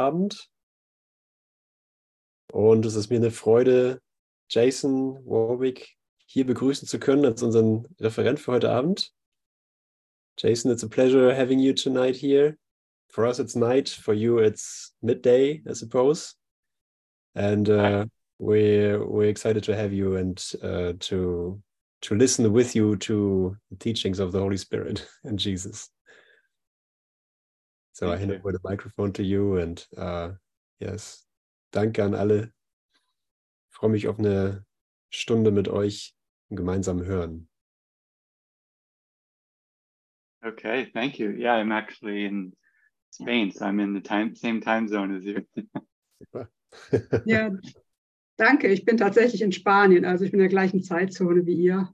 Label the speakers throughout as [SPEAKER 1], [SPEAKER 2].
[SPEAKER 1] Abend. Und es ist mir eine Freude, Jason Warwick hier begrüßen zu können als unseren Referent für heute Abend. Jason, it's a pleasure having you tonight here. For us, it's night. For you, it's midday, I suppose. And uh, we're we're excited to have you and uh, to to listen with you to the teachings of the Holy Spirit and Jesus. So I hand over the microphone to you and uh, yes, danke an alle. Ich freue mich auf eine Stunde mit euch im gemeinsamen Hören.
[SPEAKER 2] Okay, thank you. Yeah, I'm actually in Spain, so I'm in the time, same time zone as you.
[SPEAKER 1] Super.
[SPEAKER 3] Ja, danke. Ich bin tatsächlich in Spanien, also ich bin in der gleichen Zeitzone wie ihr.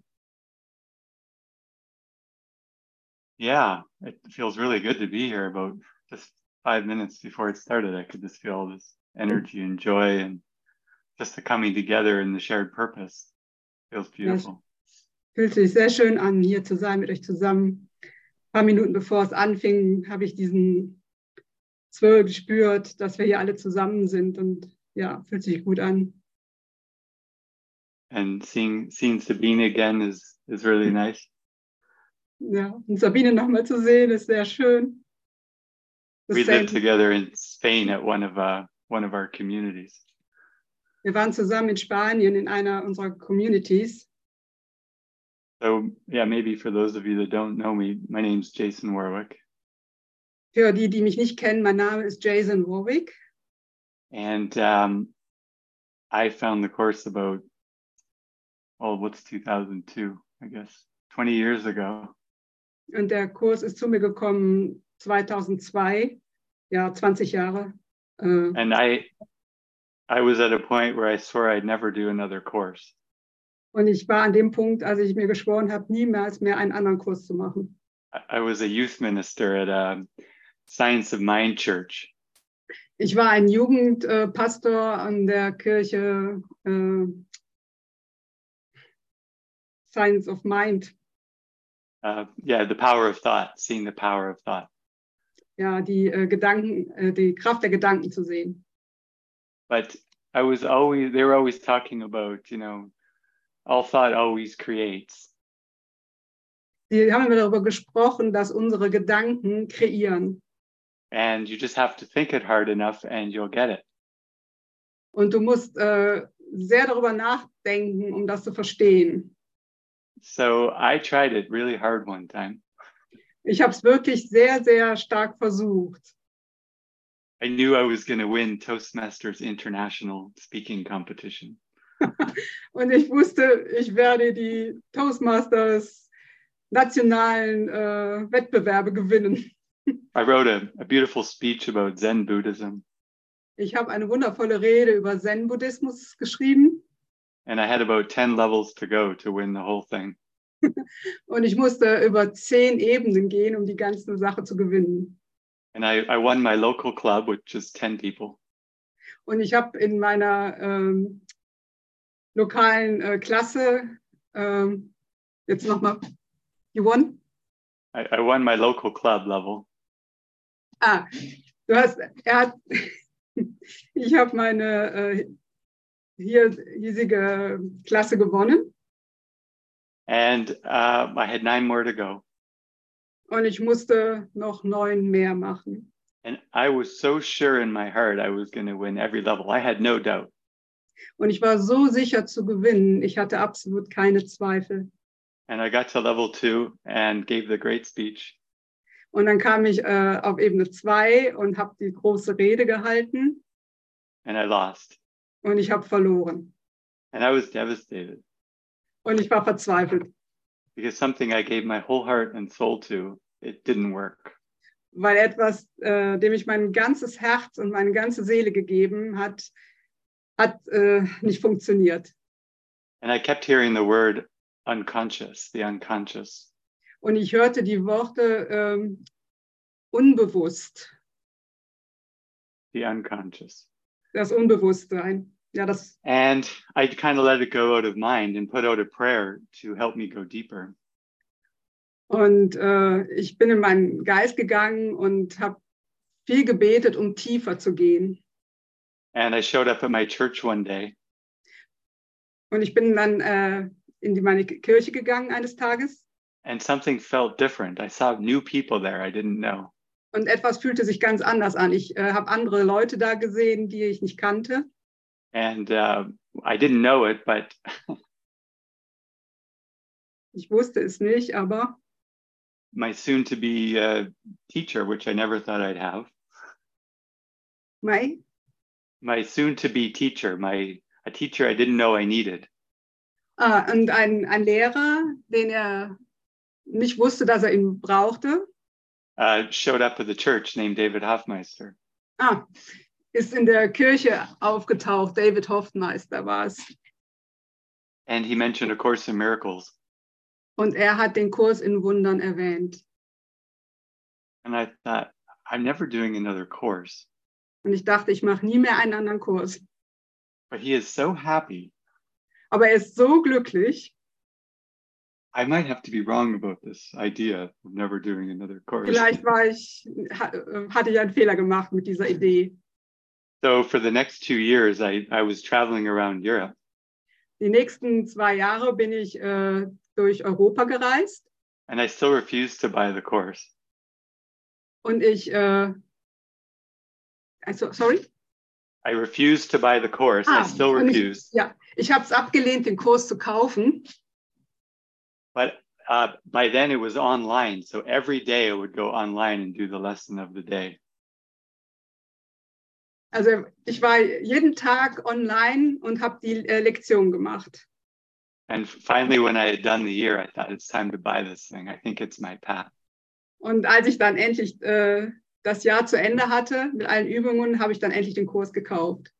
[SPEAKER 2] Yeah, it feels really good to be here. About just five minutes before it started, I could just feel all this energy and joy and just the coming together and the shared purpose. Feels beautiful.
[SPEAKER 3] Fühlt sich sehr schön an, hier zu sein, mit euch zusammen. Ein paar Minuten bevor es anfing, habe ich diesen Zwirl gespürt, dass wir hier alle zusammen sind und ja, fühlt sich gut an.
[SPEAKER 2] And seeing seeing Sabine again is is really nice.
[SPEAKER 3] Ja, und Sabine nochmal zu sehen, ist sehr schön. Das
[SPEAKER 2] We
[SPEAKER 3] ist sehr
[SPEAKER 2] lived together in Spain at one of uh one of our communities.
[SPEAKER 3] Wir waren zusammen in Spanien in einer unserer Communities.
[SPEAKER 2] So yeah, maybe for those of you that don't know me, my name's Jason Warwick,
[SPEAKER 3] Für die, die mich nicht kennen, mein Name ist Jason Warwick.
[SPEAKER 2] and um, I found the course about oh, what's 2002? I guess 20 years ago.
[SPEAKER 3] Und der Kurs ist zu mir gekommen 2002, ja, 20 Jahre. Äh,
[SPEAKER 2] and i i was at a point where i swore i'd never do another course
[SPEAKER 3] Und ich war an dem Punkt, als ich mir geschworen habe, niemals mehr einen anderen Kurs zu machen.
[SPEAKER 2] I- i was a youth minister at a science of mind church
[SPEAKER 3] Ich war ein Jugendpastor an der Kirche äh, Science of Mind,
[SPEAKER 2] uh, yeah the power of thought seeing the power of thought
[SPEAKER 3] ja, die äh, Gedanken, äh, die Kraft der Gedanken zu sehen.
[SPEAKER 2] but i was always they were always talking about you know all thought always creates
[SPEAKER 3] Die haben wir darüber gesprochen, dass unsere Gedanken kreieren.
[SPEAKER 2] and you just have to think it hard enough and you'll get it
[SPEAKER 3] Und du musst äh, sehr darüber nachdenken, um das zu verstehen.
[SPEAKER 2] so i tried it really hard one time
[SPEAKER 3] Ich habe es wirklich sehr, sehr stark versucht.
[SPEAKER 2] i knew i was going to win toastmasters international speaking competition
[SPEAKER 3] Und ich wusste, ich werde die Toastmasters nationalen äh, Wettbewerbe gewinnen.
[SPEAKER 2] I wrote a, a beautiful speech about Zen Buddhism,
[SPEAKER 3] Ich habe eine wundervolle Rede über Zen-Buddhismus geschrieben
[SPEAKER 2] and I had about 10 levels to go to win the whole thing.
[SPEAKER 3] und ich musste über zehn Ebenen gehen, um die ganze Sache zu gewinnen.
[SPEAKER 2] And I, I won my local club, which is 10 people.
[SPEAKER 3] Und ich habe in meiner ähm, lokalen äh, Klasse ähm, jetzt nochmal gewonnen.
[SPEAKER 2] I, I won my local club level,
[SPEAKER 3] Ah, du hast, er hat, ich habe meine äh, hier, hiesige Klasse gewonnen
[SPEAKER 2] and uh, I had nine more to go.
[SPEAKER 3] und ich musste noch neun mehr machen.
[SPEAKER 2] And I was so sure in my heart I was going to win every level. I had no doubt.
[SPEAKER 3] Und ich war so sicher zu gewinnen, ich hatte absolut keine Zweifel.
[SPEAKER 2] And I got to level two and gave the great speech.
[SPEAKER 3] Und dann kam ich äh, auf Ebene zwei und habe die große Rede gehalten
[SPEAKER 2] And I lost.
[SPEAKER 3] und ich habe verloren.
[SPEAKER 2] And I was devastated
[SPEAKER 3] Und ich war verzweifelt,
[SPEAKER 2] because something I gave my whole heart and soul to, it didn't work.
[SPEAKER 3] weil etwas, äh, dem ich mein ganzes Herz und meine ganze Seele gegeben hat, hat äh, nicht funktioniert.
[SPEAKER 2] And I kept hearing the word unconscious, the unconscious.
[SPEAKER 3] Und ich hörte die Worte ähm, unbewusst,
[SPEAKER 2] the unconscious.
[SPEAKER 3] das Unbewusstsein. Ja, das,
[SPEAKER 2] And I kind of let it go out of mind and put out a prayer to help me go deeper.
[SPEAKER 3] und äh, ich bin in meinen Geist gegangen und habe viel gebetet, um tiefer zu gehen.
[SPEAKER 2] And I showed up at my church one day
[SPEAKER 3] Und ich bin dann äh, in die, meine Kirche gegangen eines Tages
[SPEAKER 2] and something felt different. I saw new people there I didn't know.
[SPEAKER 3] und etwas fühlte sich ganz anders an. Ich äh, habe andere Leute da gesehen, die ich nicht kannte.
[SPEAKER 2] And uh, I didn't know it, but
[SPEAKER 3] Ich wusste es nicht, aber
[SPEAKER 2] my soon to be uh, teacher, which I never thought I'd have,
[SPEAKER 3] Mai,
[SPEAKER 2] my soon to be teacher, my a teacher I didn't know I needed,
[SPEAKER 3] Ah, und ein, ein Lehrer, den er nicht wusste, dass er ihn brauchte,
[SPEAKER 2] uh, showed up at the church named David Hoffmeister.
[SPEAKER 3] ah, ist in der Kirche aufgetaucht. David Hoffmeister war es.
[SPEAKER 2] And he mentioned A Course in Miracles.
[SPEAKER 3] Und er hat den Kurs in Wundern erwähnt.
[SPEAKER 2] And I thought, I'm never doing another course.
[SPEAKER 3] Und ich dachte, ich mache nie mehr einen anderen Kurs.
[SPEAKER 2] But he is so happy.
[SPEAKER 3] Aber er ist so glücklich.
[SPEAKER 2] I might have to be wrong about this idea of never doing another course.
[SPEAKER 3] Vielleicht war ich, ha- äh, hatte ich einen Fehler gemacht mit dieser Idee.
[SPEAKER 2] So for the next two years, I, I was traveling around Europe
[SPEAKER 3] Die nächsten zwei Jahre bin ich äh, durch Europa gereist
[SPEAKER 2] and I still refused to buy the course.
[SPEAKER 3] und ich, äh, also, sorry,
[SPEAKER 2] I refused to buy the course. I
[SPEAKER 3] Ah,
[SPEAKER 2] still
[SPEAKER 3] und ich-
[SPEAKER 2] refused.
[SPEAKER 3] ich habe es abgelehnt, den Kurs zu kaufen.
[SPEAKER 2] But uh, by then it was online. So every day I would go online and do the lesson of the day.
[SPEAKER 3] Also ich war jeden Tag online und habe die äh, Lektion gemacht.
[SPEAKER 2] And finally, when I had done the year, I thought it's time to buy this thing. I think it's my path.
[SPEAKER 3] Und als ich dann endlich äh, das Jahr zu Ende hatte mit allen Übungen, habe ich dann endlich den Kurs gekauft.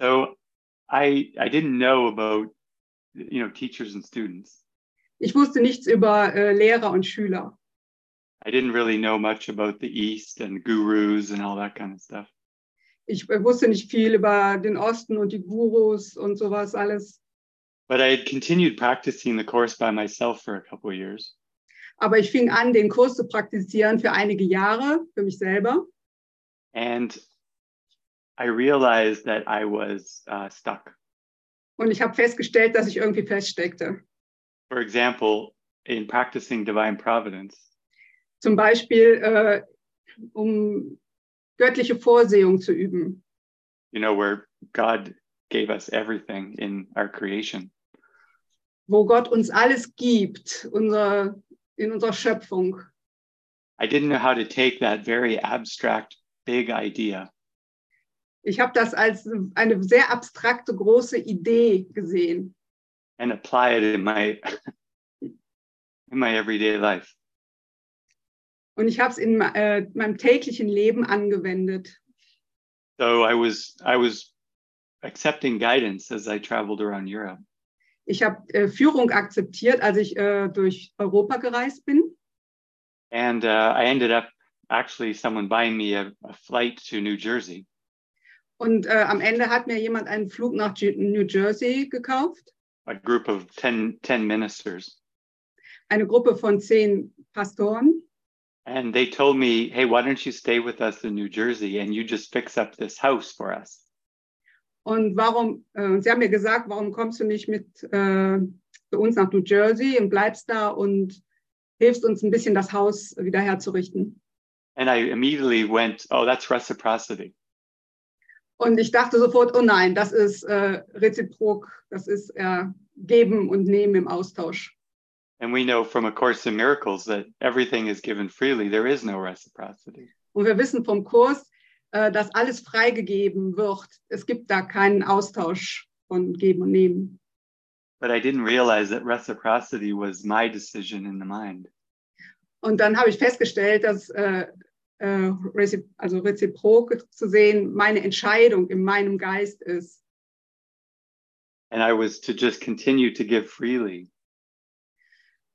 [SPEAKER 2] So I I didn't know about you know teachers and students.
[SPEAKER 3] Ich wusste nichts über äh, Lehrer und Schüler.
[SPEAKER 2] I didn't really know much about the East and gurus and all that kind of stuff.
[SPEAKER 3] Ich äh, wusste nicht viel über den Osten und die Gurus und sowas alles.
[SPEAKER 2] But I had continued practicing the course by myself for a couple of years.
[SPEAKER 3] Aber ich fing an, den Kurs zu praktizieren für einige Jahre für mich selber.
[SPEAKER 2] And I realized that I was uh, stuck.
[SPEAKER 3] Und ich habe festgestellt, dass ich irgendwie feststeckte.
[SPEAKER 2] For example, in practicing divine providence,
[SPEAKER 3] Zum Beispiel, äh, um göttliche Vorsehung zu üben.
[SPEAKER 2] you know, where God gave us everything in our creation.
[SPEAKER 3] wo Gott uns alles gibt, unsere, in unserer Schöpfung.
[SPEAKER 2] I didn't know how to take that very abstract, big idea
[SPEAKER 3] Ich habe das als eine sehr abstrakte, große Idee gesehen
[SPEAKER 2] and apply it in my in my everyday life.
[SPEAKER 3] und ich habe es in äh, meinem täglichen Leben angewendet.
[SPEAKER 2] So I was I was accepting guidance as I traveled around Europe.
[SPEAKER 3] Ich habe äh, Führung akzeptiert, als ich äh, durch Europa gereist bin.
[SPEAKER 2] And uh, I ended up actually someone buying me a, a flight to New Jersey.
[SPEAKER 3] Und äh, am Ende hat mir jemand einen Flug nach Ju- New Jersey gekauft.
[SPEAKER 2] A group of 10, 10 ministers.
[SPEAKER 3] Eine Gruppe von zehn Pastoren.
[SPEAKER 2] And they told me, hey, why don't you stay with us in New Jersey and you just fix up this house for us?
[SPEAKER 3] Und warum, äh, und sie haben mir gesagt, warum kommst du nicht mit äh, zu uns nach New Jersey und bleibst da und hilfst uns ein bisschen das Haus wieder herzurichten?
[SPEAKER 2] And I immediately went, oh, that's reciprocity.
[SPEAKER 3] Und ich dachte sofort, oh nein, das ist äh, reziprok, das ist äh, geben und nehmen im Austausch.
[SPEAKER 2] And we know from A Course in Miracles that everything is given freely. There is no reciprocity.
[SPEAKER 3] Und wir wissen vom Kurs, äh, dass alles freigegeben wird. Es gibt da keinen Austausch von geben und nehmen.
[SPEAKER 2] But I didn't realize that reciprocity was my decision in the mind.
[SPEAKER 3] Und dann habe ich festgestellt, dass äh, äh, rezip also reziprok zu sehen meine Entscheidung in meinem Geist ist.
[SPEAKER 2] And I was to just continue to give freely.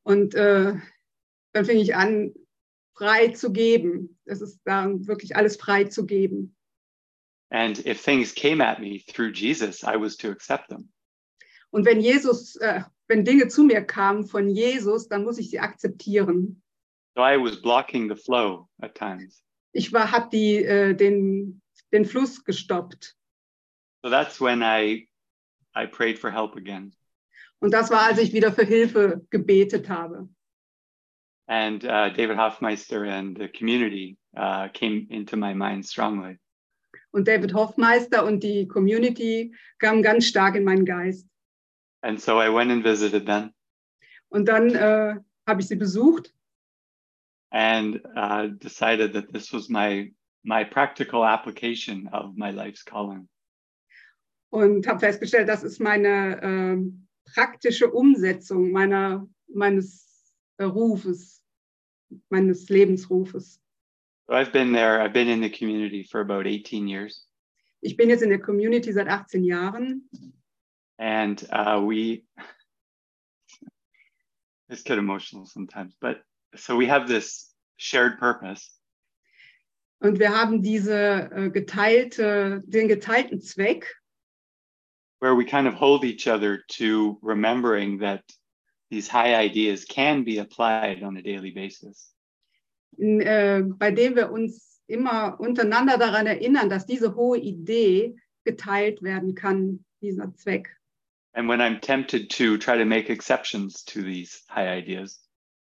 [SPEAKER 3] Und äh, dann fing ich an, frei zu geben. Es ist dann wirklich alles frei zu geben.
[SPEAKER 2] And if things came at me through Jesus, I was to accept them.
[SPEAKER 3] Und wenn Jesus, äh, wenn Dinge zu mir kamen von Jesus, dann muss ich sie akzeptieren.
[SPEAKER 2] So I was blocking the flow at times.
[SPEAKER 3] ich war, habe die äh, den den Fluss gestoppt.
[SPEAKER 2] So that's when I I prayed for help again.
[SPEAKER 3] Und das war, als ich wieder für Hilfe gebetet habe.
[SPEAKER 2] And uh, David Hoffmeister and the community uh, came into my mind strongly.
[SPEAKER 3] Und David Hoffmeister und die Community kamen ganz stark in meinen Geist.
[SPEAKER 2] And so I went and visited them.
[SPEAKER 3] Und dann äh, habe ich sie besucht
[SPEAKER 2] and uh, decided that this was my my practical application of my life's calling.
[SPEAKER 3] und habe festgestellt, das ist meine ähm, praktische Umsetzung meiner, meines äh, Rufes, meines Lebensrufes.
[SPEAKER 2] So I've been there. I've been in the community for about 18 years,
[SPEAKER 3] Ich bin jetzt in der Community seit 18 Jahren
[SPEAKER 2] and uh, we. This get emotional sometimes, but so we have this shared purpose,
[SPEAKER 3] und wir haben diese äh, geteilte, den geteilten Zweck,
[SPEAKER 2] where we kind of hold each other to remembering that these high ideas can be applied on a daily basis.
[SPEAKER 3] in, äh, bei dem wir uns immer untereinander daran erinnern, dass diese hohe Idee geteilt werden kann, dieser Zweck.
[SPEAKER 2] And when I'm tempted to try to make exceptions to these high ideas,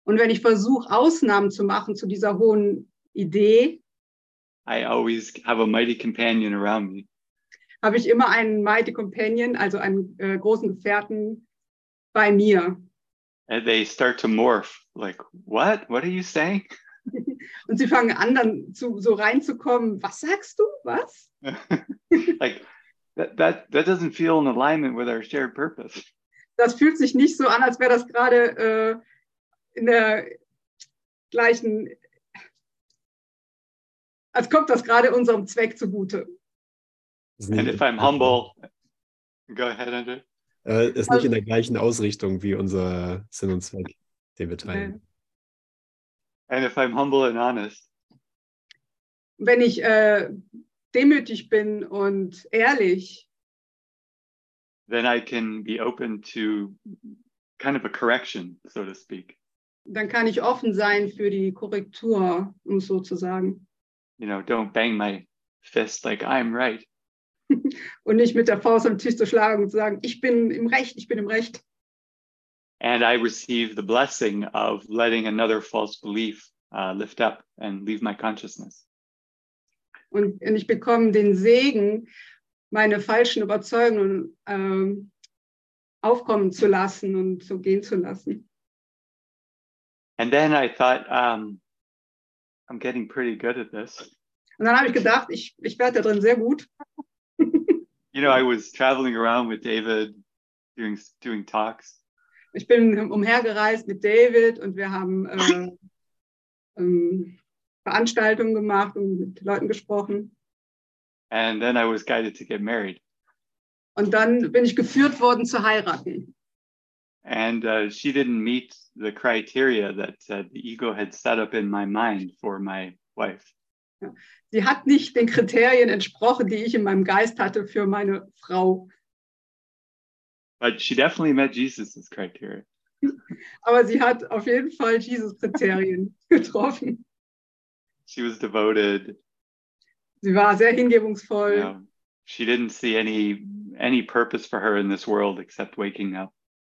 [SPEAKER 3] Und wenn ich versuche, Ausnahmen zu machen zu dieser hohen Idee,
[SPEAKER 2] I always have a mighty companion around me
[SPEAKER 3] habe ich immer einen Mighty Companion, also einen äh, großen Gefährten bei mir.
[SPEAKER 2] and they start to morph like, what? What are you saying?
[SPEAKER 3] Und sie fangen an, dann zu, so reinzukommen, was sagst du, was?
[SPEAKER 2] like that, that, that doesn't feel in alignment with our shared purpose.
[SPEAKER 3] Das fühlt sich nicht so an, als wäre das gerade äh, in der gleichen, als kommt das gerade unserem Zweck zugute.
[SPEAKER 1] Ist
[SPEAKER 2] And if I'm humble, go ahead, Andrew.
[SPEAKER 1] Äh, ist nicht in der gleichen Ausrichtung wie unser Sinn und Zweck, den wir teilen.
[SPEAKER 2] And if I'm humble and honest,
[SPEAKER 3] Wenn ich äh, demütig bin und ehrlich,
[SPEAKER 2] then I can be open to kind of a correction, so to speak.
[SPEAKER 3] dann kann ich offen sein für die Korrektur, um es so zu sagen.
[SPEAKER 2] You know, don't bang my fist like I'm right.
[SPEAKER 3] und nicht mit der Faust am Tisch zu schlagen und zu sagen, ich bin im Recht, ich bin im Recht.
[SPEAKER 2] And I receive the blessing of letting another false belief uh, lift up and leave my consciousness.
[SPEAKER 3] Und, und ich bekomme den Segen, meine falschen Überzeugungen ähm, aufkommen zu lassen und so gehen zu lassen.
[SPEAKER 2] And then I thought, um, I'm getting pretty good at this.
[SPEAKER 3] Und dann habe ich gedacht, ich, ich werde da drin sehr gut.
[SPEAKER 2] You know, I was traveling around with David, doing doing talks,
[SPEAKER 3] Ich bin umhergereist mit David und wir haben äh, ähm, Veranstaltungen gemacht und mit Leuten gesprochen.
[SPEAKER 2] and then I was guided to get married.
[SPEAKER 3] Und dann bin ich geführt worden zu heiraten.
[SPEAKER 2] And uh, she didn't meet the criteria that uh, the ego had set up in my mind for my wife.
[SPEAKER 3] Sie hat nicht den Kriterien entsprochen, die ich in meinem Geist hatte für meine Frau.
[SPEAKER 2] But she definitely met Jesus's criteria.
[SPEAKER 3] Aber sie hat auf jeden Fall Jesus-Kriterien getroffen.
[SPEAKER 2] She was devoted.
[SPEAKER 3] Sie war sehr
[SPEAKER 2] You
[SPEAKER 3] hingebungsvoll.
[SPEAKER 2] know, she didn't see any any purpose for her in this world except waking up.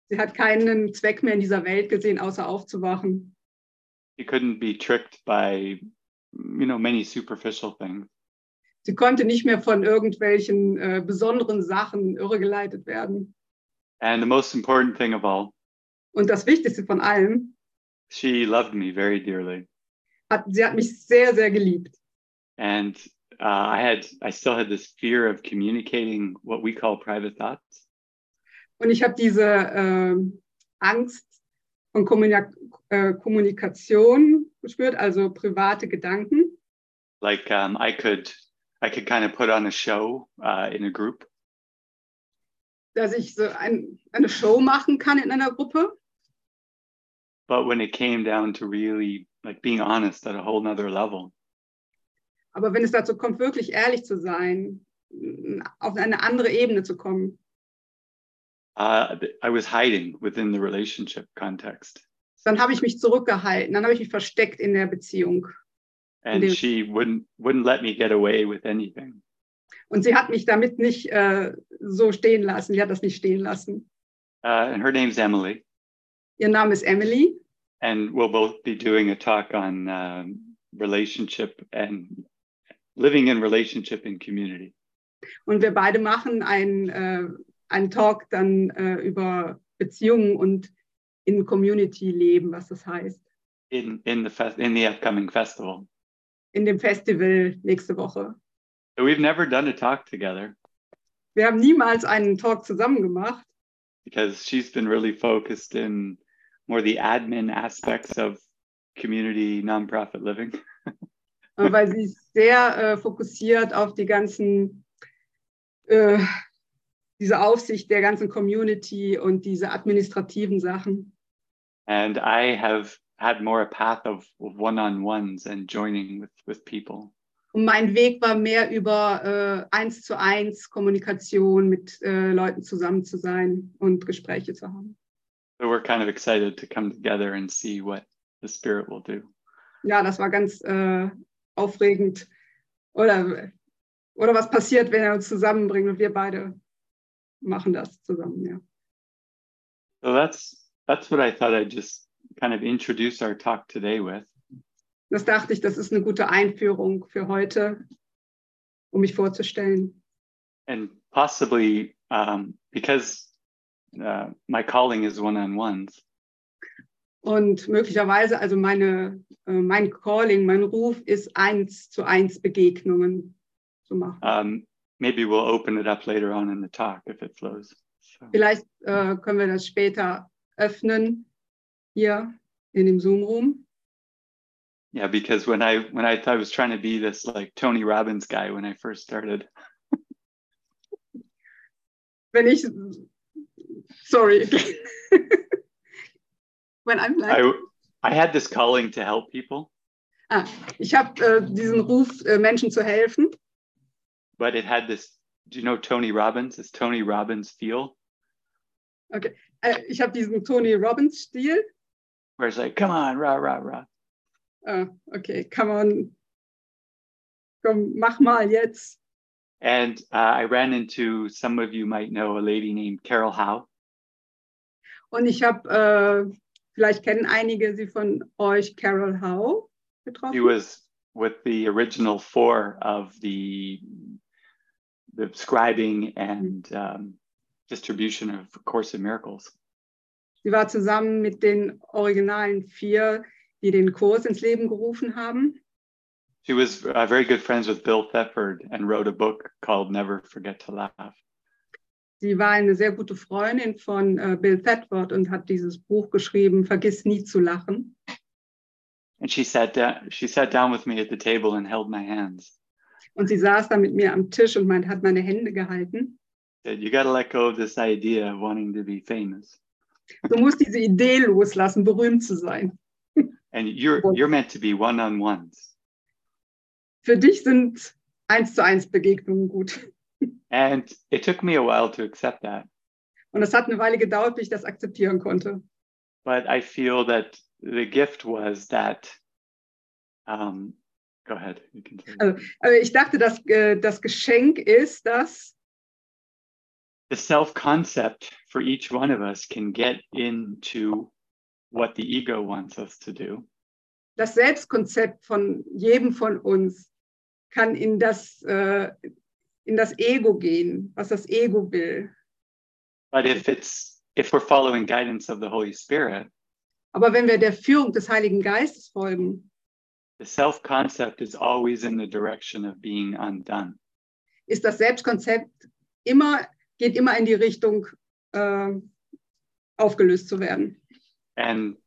[SPEAKER 3] Sie hat keinen Zweck mehr in dieser Welt gesehen, außer aufzuwachen.
[SPEAKER 2] She couldn't be tricked by you know many superficial things.
[SPEAKER 3] Sie konnte nicht mehr von irgendwelchen äh, besonderen Sachen irregeleitet werden.
[SPEAKER 2] And the most important thing of all,
[SPEAKER 3] Und das Wichtigste von allem,
[SPEAKER 2] she loved me very dearly.
[SPEAKER 3] hat, sie hat mich sehr, sehr geliebt.
[SPEAKER 2] and uh, I had I still had this fear of communicating what we call private thoughts,
[SPEAKER 3] Und ich habe diese ähm, Angst von Kommunik äh, Kommunikation gespürt, also private Gedanken.
[SPEAKER 2] like um, I could I could kind of put on a show uh, in a group,
[SPEAKER 3] Dass ich so ein, eine Show machen kann in einer Gruppe.
[SPEAKER 2] but when it came down to really like being honest at a whole nother level,
[SPEAKER 3] Aber wenn es dazu kommt, wirklich ehrlich zu sein, auf eine andere Ebene zu kommen,
[SPEAKER 2] uh, I was hiding within the relationship context,
[SPEAKER 3] dann habe ich mich zurückgehalten, dann habe ich mich versteckt in der Beziehung.
[SPEAKER 2] and
[SPEAKER 3] Dude.
[SPEAKER 2] she wouldn't wouldn't let me get away with anything.
[SPEAKER 3] Und sie hat mich damit nicht äh, so stehen lassen. Sie hat das nicht stehen lassen.
[SPEAKER 2] Uh, and her name's Emily,
[SPEAKER 3] Ihr Name ist Emily
[SPEAKER 2] and we'll both be doing a talk on um, relationship and living in relationship and community.
[SPEAKER 3] und wir beide machen einen, äh, einen Talk dann äh, über Beziehungen und in Community leben, was das heißt.
[SPEAKER 2] in in the fest in the upcoming festival.
[SPEAKER 3] In dem Festival nächste Woche.
[SPEAKER 2] So we've never done a talk together
[SPEAKER 3] Wir haben niemals einen Talk zusammen gemacht,
[SPEAKER 2] because she's been really focused in more the admin aspects of community nonprofit living.
[SPEAKER 3] äh, weil sie ist sehr äh, fokussiert auf die ganzen, äh, diese Aufsicht der ganzen Community und diese administrativen Sachen.
[SPEAKER 2] And I have had more a path of one-on-ones and joining with with people.
[SPEAKER 3] Und mein Weg war mehr über äh, eins zu eins Kommunikation mit äh, Leuten zusammen zu sein und Gespräche zu haben.
[SPEAKER 2] So we're kind of excited to come together and see what the spirit will do.
[SPEAKER 3] Ja, das war ganz äh, aufregend. Oder, oder was passiert, wenn er uns zusammenbringt und wir beide machen das zusammen, ja.
[SPEAKER 2] So that's that's what I thought I'd just kind of introduce our talk today with.
[SPEAKER 3] Das dachte ich, das ist eine gute Einführung für heute, um mich vorzustellen.
[SPEAKER 2] and possibly um, because uh, my calling is one-on-ones,
[SPEAKER 3] Und möglicherweise, also meine, äh, mein Calling, mein Ruf ist eins zu eins Begegnungen zu machen.
[SPEAKER 2] um, maybe we'll open it up later on in the talk if it flows. So,
[SPEAKER 3] Vielleicht äh, können wir das später öffnen hier in dem Zoom-Room.
[SPEAKER 2] yeah, because when I when I, I was trying to be this like Tony Robbins guy when I first started,
[SPEAKER 3] Wenn ich, sorry, when I'm like,
[SPEAKER 2] I I had this calling to help people,
[SPEAKER 3] ah, ich habe äh, diesen Ruf, äh, Menschen zu helfen,
[SPEAKER 2] but it had this. Do you know Tony Robbins? It's Tony Robbins feel,
[SPEAKER 3] äh, ich habe diesen Tony Robbins-Stil,
[SPEAKER 2] where it's like, come on, rah rah rah.
[SPEAKER 3] ah, okay, kann man, komm, mach mal jetzt.
[SPEAKER 2] And uh, I ran into some of you might know a lady named Carol Howe.
[SPEAKER 3] Und ich habe, äh, vielleicht kennen einige sie von euch, Carol Howe getroffen.
[SPEAKER 2] He was with the original four of the the scribing and um, distribution of A Course in Miracles.
[SPEAKER 3] Sie war zusammen mit den originalen vier, die den Kurs ins Leben gerufen haben.
[SPEAKER 2] She was uh, very good friends with Bill Thetford and wrote a book called Never Forget to Laugh.
[SPEAKER 3] Sie war eine sehr gute Freundin von äh, Bill Thetford und hat dieses Buch geschrieben, Vergiss nie zu lachen.
[SPEAKER 2] And she sat down. She sat down with me at the table and held my hands.
[SPEAKER 3] Und sie saß da mit mir am Tisch und mein, hat meine Hände gehalten.
[SPEAKER 2] Said, "You got to let go of this idea of wanting to be famous,
[SPEAKER 3] Du musst diese Idee loslassen, berühmt zu sein.
[SPEAKER 2] and you're you're meant to be one-on-ones."
[SPEAKER 3] Für dich sind eins zu eins Begegnungen gut.
[SPEAKER 2] And it took me a while to accept that.
[SPEAKER 3] Und es hat eine Weile gedauert, bis ich das akzeptieren konnte.
[SPEAKER 2] but I feel that the gift was that. Um, go ahead. You can say it.
[SPEAKER 3] Also, Aber ich dachte, dass äh, das Geschenk ist, dass
[SPEAKER 2] the self concept for each one of us can get into what the ego wants us to do.
[SPEAKER 3] das Selbstkonzept von jedem von uns kann in das, äh, in das Ego gehen, was das Ego will.
[SPEAKER 2] But if it's if we're following guidance of the Holy Spirit,
[SPEAKER 3] Aber wenn wir der Führung des Heiligen Geistes folgen,
[SPEAKER 2] the self concept is always in the direction of being undone.
[SPEAKER 3] ist das Selbstkonzept immer, geht immer in die Richtung, äh, aufgelöst zu werden.
[SPEAKER 2] And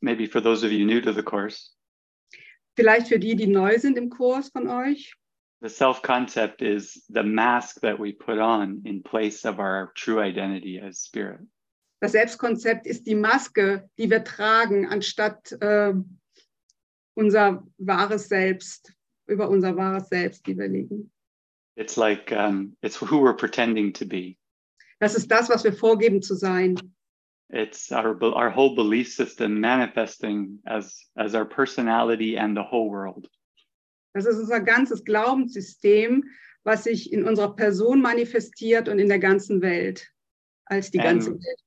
[SPEAKER 2] maybe for those of you new to the course,
[SPEAKER 3] Vielleicht für die, die neu sind im Kurs von euch,
[SPEAKER 2] the self concept is the mask that we put on in place of our true identity as spirit.
[SPEAKER 3] das Selbstkonzept ist die Maske, die wir tragen, anstatt äh, unser wahres Selbst, über unser wahres Selbst, die wir legen.
[SPEAKER 2] It's like um, it's who we're pretending to be.
[SPEAKER 3] Das ist das, was wir vorgeben zu sein.
[SPEAKER 2] It's our be- our whole belief system manifesting as as our personality and the whole world.
[SPEAKER 3] Das ist unser ganzes Glaubenssystem, was sich in unserer Person manifestiert und in der ganzen Welt, als die
[SPEAKER 2] And-
[SPEAKER 3] ganze Welt.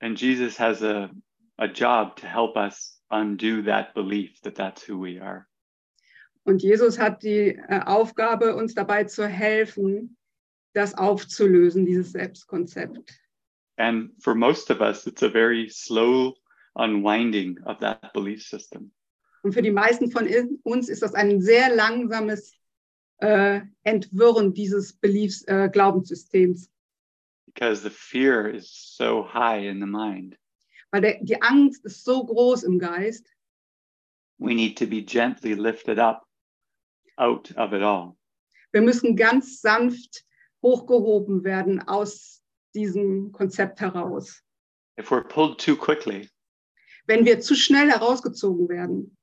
[SPEAKER 2] And Jesus has a, a job to help us undo that belief that that's who we are.
[SPEAKER 3] Und Jesus hat die äh, Aufgabe, uns dabei zu helfen, das aufzulösen, dieses Selbstkonzept.
[SPEAKER 2] And for most of us, it's a very slow unwinding of that belief system.
[SPEAKER 3] Und für die meisten von in- uns ist das ein sehr langsames äh, Entwirren dieses Beliefs, äh, Glaubenssystems,
[SPEAKER 2] because the fear is so high in the mind.
[SPEAKER 3] weil der, die Angst ist so groß im Geist.
[SPEAKER 2] We need to be gently lifted up out of it all.
[SPEAKER 3] Wir müssen ganz sanft hochgehoben werden aus diesem Konzept heraus.
[SPEAKER 2] If we're pulled too quickly,
[SPEAKER 3] Wenn wir zu schnell herausgezogen werden,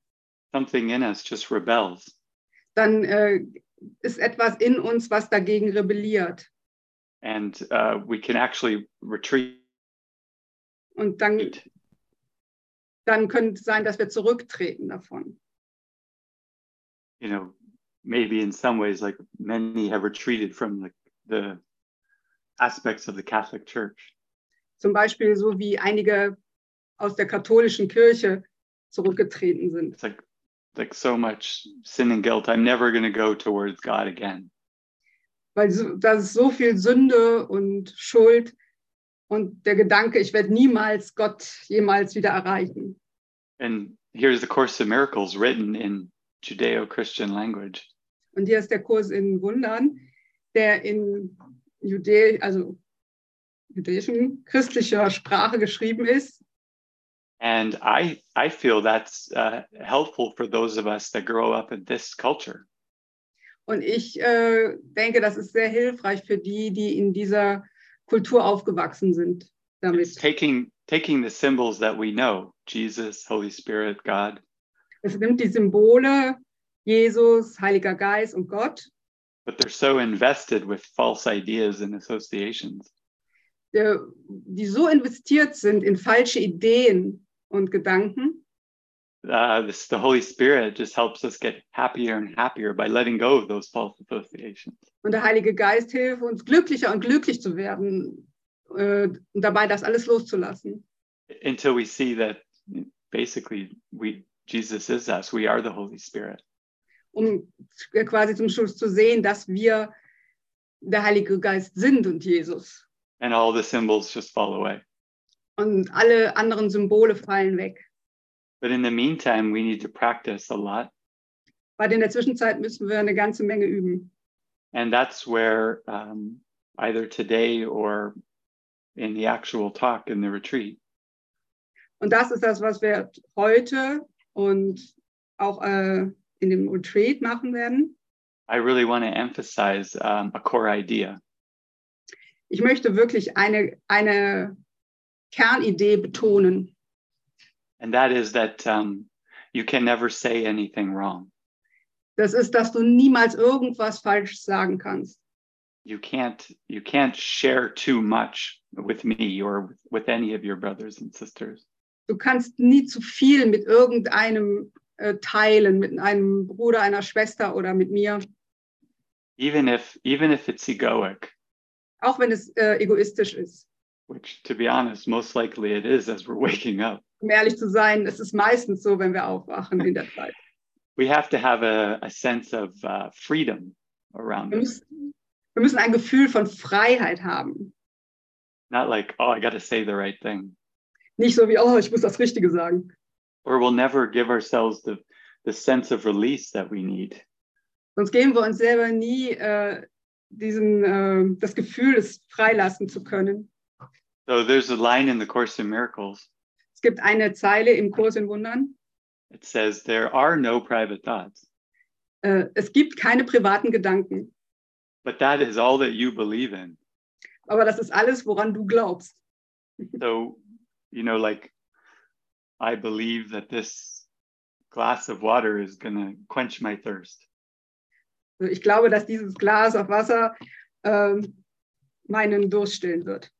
[SPEAKER 2] something in us just rebels.
[SPEAKER 3] dann äh, ist etwas in uns, was dagegen rebelliert.
[SPEAKER 2] And uh, we can actually retreat.
[SPEAKER 3] Und dann, dann könnte es sein, dass wir zurücktreten davon.
[SPEAKER 2] You know, maybe in some ways, like many have retreated from the, the aspects of the Catholic Church.
[SPEAKER 3] Zum Beispiel so wie einige aus der katholischen Kirche zurückgetreten sind.
[SPEAKER 2] It's like, like so much sin and guilt. I'm never going to go towards God again.
[SPEAKER 3] Weil so, da ist so viel Sünde und Schuld und der Gedanke, ich werde niemals Gott jemals wieder erreichen.
[SPEAKER 2] And here's the Course of Miracles written in Judeo Christian language.
[SPEAKER 3] Und hier ist der Kurs in Wundern, der in Judä also jüdischen, christlicher Sprache geschrieben ist.
[SPEAKER 2] And I, I feel that's uh, helpful for those of us that grow up in this culture
[SPEAKER 3] Und ich äh, denke, das ist sehr hilfreich für die, die in dieser Kultur aufgewachsen sind.
[SPEAKER 2] It's
[SPEAKER 3] Damit.
[SPEAKER 2] taking, taking the symbols that we know Jesus, Holy Spirit, God,
[SPEAKER 3] Es nimmt die Symbole Jesus, Heiliger Geist und Gott.
[SPEAKER 2] but they're so invested with false ideas and associations
[SPEAKER 3] äh, die so investiert sind in falsche Ideen und Gedanken.
[SPEAKER 2] uh, this, the Holy Spirit just helps us get happier and happier by letting go of those false associations.
[SPEAKER 3] Und der Heilige Geist hilft uns, glücklicher und glücklich zu werden äh, und dabei das alles loszulassen.
[SPEAKER 2] Until we see that basically we Jesus is us, we are the Holy Spirit.
[SPEAKER 3] um quasi zum Schluss zu sehen, dass wir der Heilige Geist sind und Jesus.
[SPEAKER 2] And all the symbols just fall away.
[SPEAKER 3] Und alle anderen Symbole fallen weg.
[SPEAKER 2] But in the meantime, we need to practice a lot.
[SPEAKER 3] Weil in der Zwischenzeit müssen wir eine ganze Menge üben.
[SPEAKER 2] And that's where um, either today or in the actual talk in the retreat,
[SPEAKER 3] Und das ist das, was wir heute und auch äh, in dem Retreat machen werden.
[SPEAKER 2] I really want to emphasize um, a core idea.
[SPEAKER 3] Ich möchte wirklich eine, eine Kernidee betonen.
[SPEAKER 2] And that is that um, you can never say anything wrong.
[SPEAKER 3] Das ist, dass du niemals irgendwas falsch sagen kannst.
[SPEAKER 2] You can't you can't share too much with me or with any of your brothers and sisters.
[SPEAKER 3] du kannst nie zu viel mit irgendeinem äh, teilen, mit einem Bruder, einer Schwester oder mit mir,
[SPEAKER 2] Even if even if it's egoic,
[SPEAKER 3] auch wenn es äh, egoistisch ist.
[SPEAKER 2] which to be honest, most likely it is as we're waking up.
[SPEAKER 3] Um ehrlich zu sein, es ist meistens so, wenn wir aufwachen in der Zeit.
[SPEAKER 2] We have to have a, a sense of uh, freedom around
[SPEAKER 3] Wir
[SPEAKER 2] us.
[SPEAKER 3] müssen, wir müssen ein Gefühl von Freiheit haben.
[SPEAKER 2] not like oh i got to say the right thing
[SPEAKER 3] Nicht so wie, oh, ich muss das Richtige sagen,
[SPEAKER 2] or we'll never give ourselves the the sense of release that we need
[SPEAKER 3] sonst geben wir uns selber nie äh, diesen, äh, das Gefühl, es freilassen zu können.
[SPEAKER 2] so there's a line in the course in miracles
[SPEAKER 3] Es gibt eine Zeile im Kurs in Wundern.
[SPEAKER 2] it says there are no private thoughts
[SPEAKER 3] Äh, es gibt keine privaten Gedanken,
[SPEAKER 2] but that is all that you believe in
[SPEAKER 3] aber das ist alles, woran du glaubst.
[SPEAKER 2] so you know like i believe that this glass of water is going to quench my thirst
[SPEAKER 3] Also ich glaube, dass dieses Glas auf Wasser ähm, meinen Durst stillen wird.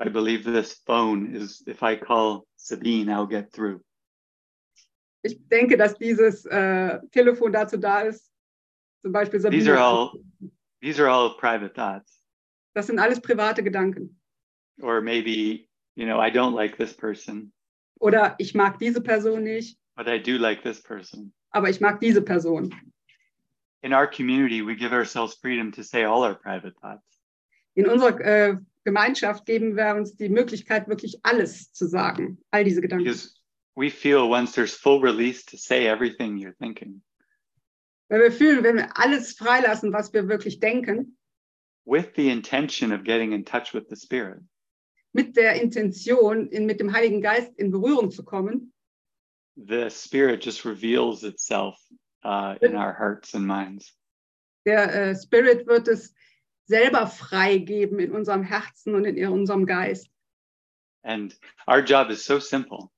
[SPEAKER 2] i believe this phone is if i call sabine i'll get through
[SPEAKER 3] Ich denke, dass dieses äh, Telefon dazu da ist, Zum Beispiel
[SPEAKER 2] These are
[SPEAKER 3] Sabine.
[SPEAKER 2] all these are all private thoughts.
[SPEAKER 3] Das sind alles private Gedanken.
[SPEAKER 2] Or maybe, you know, I don't like this person,
[SPEAKER 3] Oder ich mag diese Person nicht,
[SPEAKER 2] but I do like this person.
[SPEAKER 3] aber ich mag diese Person.
[SPEAKER 2] In our community, we give ourselves freedom to say all our private thoughts.
[SPEAKER 3] In unserer äh, Gemeinschaft geben wir uns die Möglichkeit, wirklich alles zu sagen. All diese Gedanken.
[SPEAKER 2] Because we feel once there's full release to say everything you're thinking
[SPEAKER 3] Weil wir fühlen, wenn wir alles freilassen, was wir wirklich denken,
[SPEAKER 2] with the intention of getting in touch with the spirit.
[SPEAKER 3] mit der Intention, in, mit dem Heiligen Geist in Berührung zu kommen,
[SPEAKER 2] The spirit just reveals itself uh, in our hearts and minds.
[SPEAKER 3] Der äh, Spirit wird es selber freigeben in unserem Herzen und in unserem Geist.
[SPEAKER 2] And our job is so simple.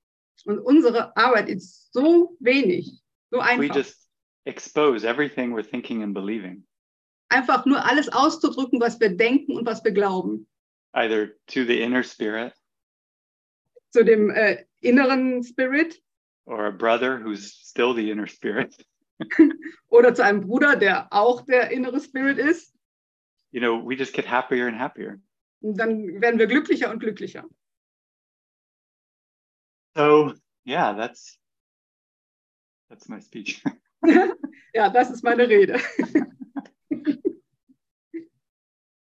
[SPEAKER 3] Und unsere Arbeit ist so wenig, so
[SPEAKER 2] We
[SPEAKER 3] einfach.
[SPEAKER 2] just expose everything we're thinking and believing,
[SPEAKER 3] Einfach nur alles auszudrücken, was wir denken und was wir glauben.
[SPEAKER 2] either to the inner spirit
[SPEAKER 3] Zu dem äh, inneren Spirit
[SPEAKER 2] or a brother who's still the inner spirit.
[SPEAKER 3] oder zu einem Bruder, der auch der innere Spirit ist.
[SPEAKER 2] You know, we just get happier and happier.
[SPEAKER 3] Und dann werden wir glücklicher und glücklicher.
[SPEAKER 2] So, yeah, that's that's my speech.
[SPEAKER 3] Ja, das ist meine Rede.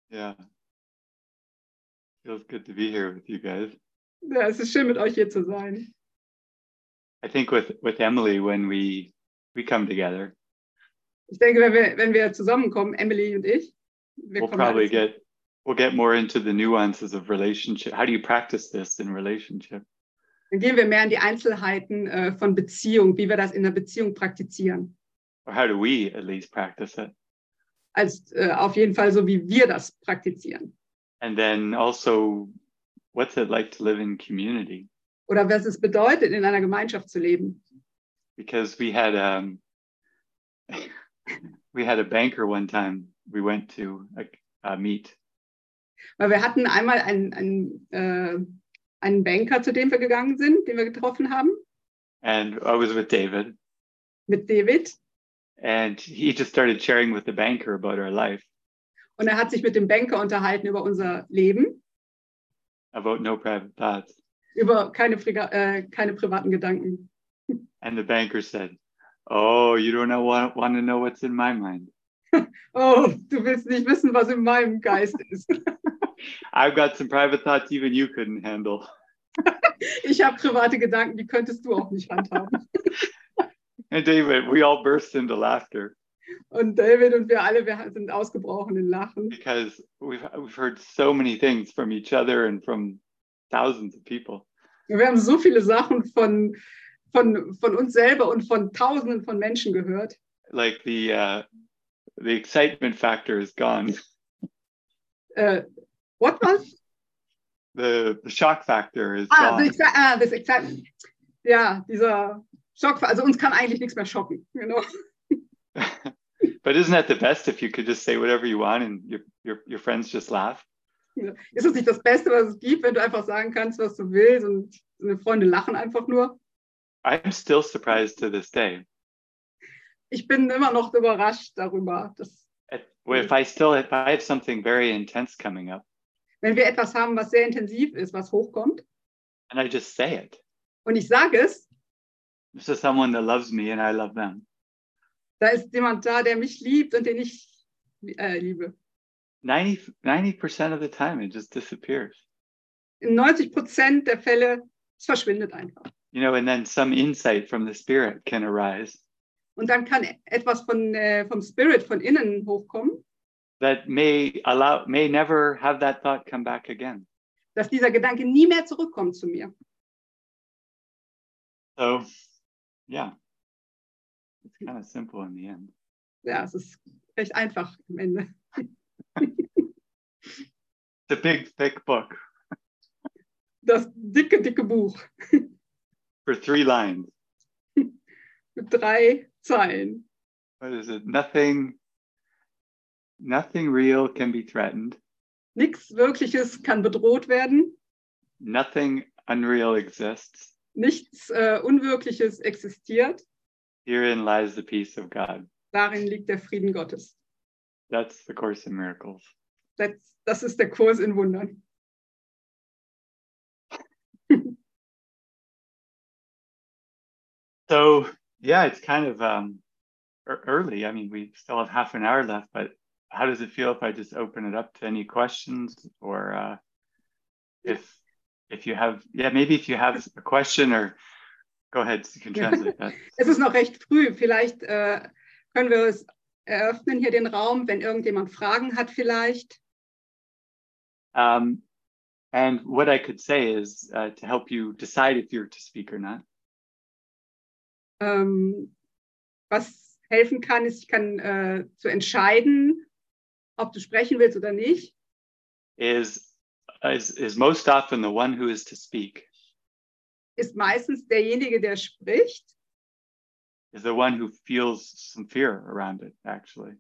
[SPEAKER 2] yeah. Feels good to be here with you guys.
[SPEAKER 3] Ja, es ist schön, mit euch hier zu sein.
[SPEAKER 2] I think with with Emily when we we come together,
[SPEAKER 3] Ich denke, wenn wir, wenn wir zusammenkommen, Emily und ich, wir
[SPEAKER 2] we'll
[SPEAKER 3] kommen ja
[SPEAKER 2] probably
[SPEAKER 3] alle
[SPEAKER 2] get we'll get more into the nuances of relationship. How do you practice this in relationship?
[SPEAKER 3] Dann gehen wir mehr in die Einzelheiten äh, von Beziehung, wie wir das in der Beziehung praktizieren.
[SPEAKER 2] Or how do we at least practice it?
[SPEAKER 3] Als äh, auf jeden Fall so, wie wir das praktizieren.
[SPEAKER 2] And then also what's it like to live in community?
[SPEAKER 3] Oder was es bedeutet, in einer Gemeinschaft zu leben.
[SPEAKER 2] because we had um we had a banker one time we went to a, a meet
[SPEAKER 3] Weil wir hatten einmal einen, einen, äh, einen Banker, zu dem wir gegangen sind, den wir getroffen haben,
[SPEAKER 2] and I was with David
[SPEAKER 3] mit David.
[SPEAKER 2] and he just started sharing with the banker about our life
[SPEAKER 3] Und er hat sich mit dem Banker unterhalten über unser Leben,
[SPEAKER 2] about no private thoughts
[SPEAKER 3] über keine, Friga- äh, keine privaten Gedanken.
[SPEAKER 2] and the banker said oh you don't know want, want to know what's in my mind
[SPEAKER 3] Oh, du willst nicht wissen, was in meinem Geist ist.
[SPEAKER 2] I've got some private thoughts even you couldn't handle
[SPEAKER 3] Ich habe private Gedanken, die könntest du auch nicht handhaben.
[SPEAKER 2] and David we all burst into laughter
[SPEAKER 3] Und David und wir alle, wir sind ausgebrochen in Lachen,
[SPEAKER 2] because we've we've heard so many things from each other and from thousands of people
[SPEAKER 3] Wir haben so viele Sachen von, von, von uns selber und von Tausenden von Menschen gehört.
[SPEAKER 2] like the uh the excitement factor is gone
[SPEAKER 3] Äh, what was?
[SPEAKER 2] the the shock factor is
[SPEAKER 3] Ah,
[SPEAKER 2] gone
[SPEAKER 3] the exci- ah, das Excitement. Ja, dieser Schock. Also uns kann eigentlich nichts mehr schocken. Genau.
[SPEAKER 2] but isn't that the best if you could just say whatever you want and your your, your friends just laugh
[SPEAKER 3] Ist es nicht das Beste, was es gibt, wenn du einfach sagen kannst, was du willst und deine Freunde lachen einfach nur?
[SPEAKER 2] i'm still surprised to this day
[SPEAKER 3] Ich bin immer noch überrascht darüber, dass
[SPEAKER 2] If- well, if i still if i have something very intense coming up
[SPEAKER 3] wenn wir etwas haben, was sehr intensiv ist, was hochkommt,
[SPEAKER 2] and i just say it
[SPEAKER 3] und ich sage es,
[SPEAKER 2] this is someone that loves me and i love them
[SPEAKER 3] da ist jemand da, der mich liebt und den ich äh, liebe.
[SPEAKER 2] 90 percent of the time it just disappears
[SPEAKER 3] in 90 Prozent der Fälle, es verschwindet einfach.
[SPEAKER 2] you know and then some insight from the spirit can arise
[SPEAKER 3] Und dann kann etwas von, äh, vom Spirit von innen hochkommen,
[SPEAKER 2] that may allow may never have that thought come back again
[SPEAKER 3] dass dieser Gedanke nie mehr zurückkommt zu mir.
[SPEAKER 2] So, yeah, it's kind of simple in the end.
[SPEAKER 3] Ja, es ist recht einfach am Ende.
[SPEAKER 2] It's a big, thick book
[SPEAKER 3] Das dicke, dicke Buch
[SPEAKER 2] for three lines.
[SPEAKER 3] mit drei Zeilen.
[SPEAKER 2] What is it? Nothing, nothing real can be threatened.
[SPEAKER 3] Nichts Wirkliches kann bedroht werden,
[SPEAKER 2] Nothing unreal exists.
[SPEAKER 3] nichts äh, Unwirkliches existiert.
[SPEAKER 2] Herein lies the peace of God.
[SPEAKER 3] Darin liegt der Frieden Gottes.
[SPEAKER 2] That's the Course in Miracles.
[SPEAKER 3] Das, das ist der Kurs in Wundern.
[SPEAKER 2] So yeah, it's kind of um, ear- early. I mean, we still have half an hour left, but how does it feel if I just open it up to any questions or uh, if if you have yeah maybe if you have a question or go ahead you can translate that.
[SPEAKER 3] Es ist noch recht früh. Vielleicht äh, können wir es eröffnen hier den Raum, wenn irgendjemand Fragen hat vielleicht.
[SPEAKER 2] Um, and what I could say is uh, to help you decide if you're to speak or not.
[SPEAKER 3] Ähm, was helfen kann, ist, ich kann äh, zu entscheiden, ob du sprechen willst oder nicht.
[SPEAKER 2] Is is is most often the one who is to speak
[SPEAKER 3] Ist meistens derjenige, der spricht,
[SPEAKER 2] is the one who feels some fear around it actually.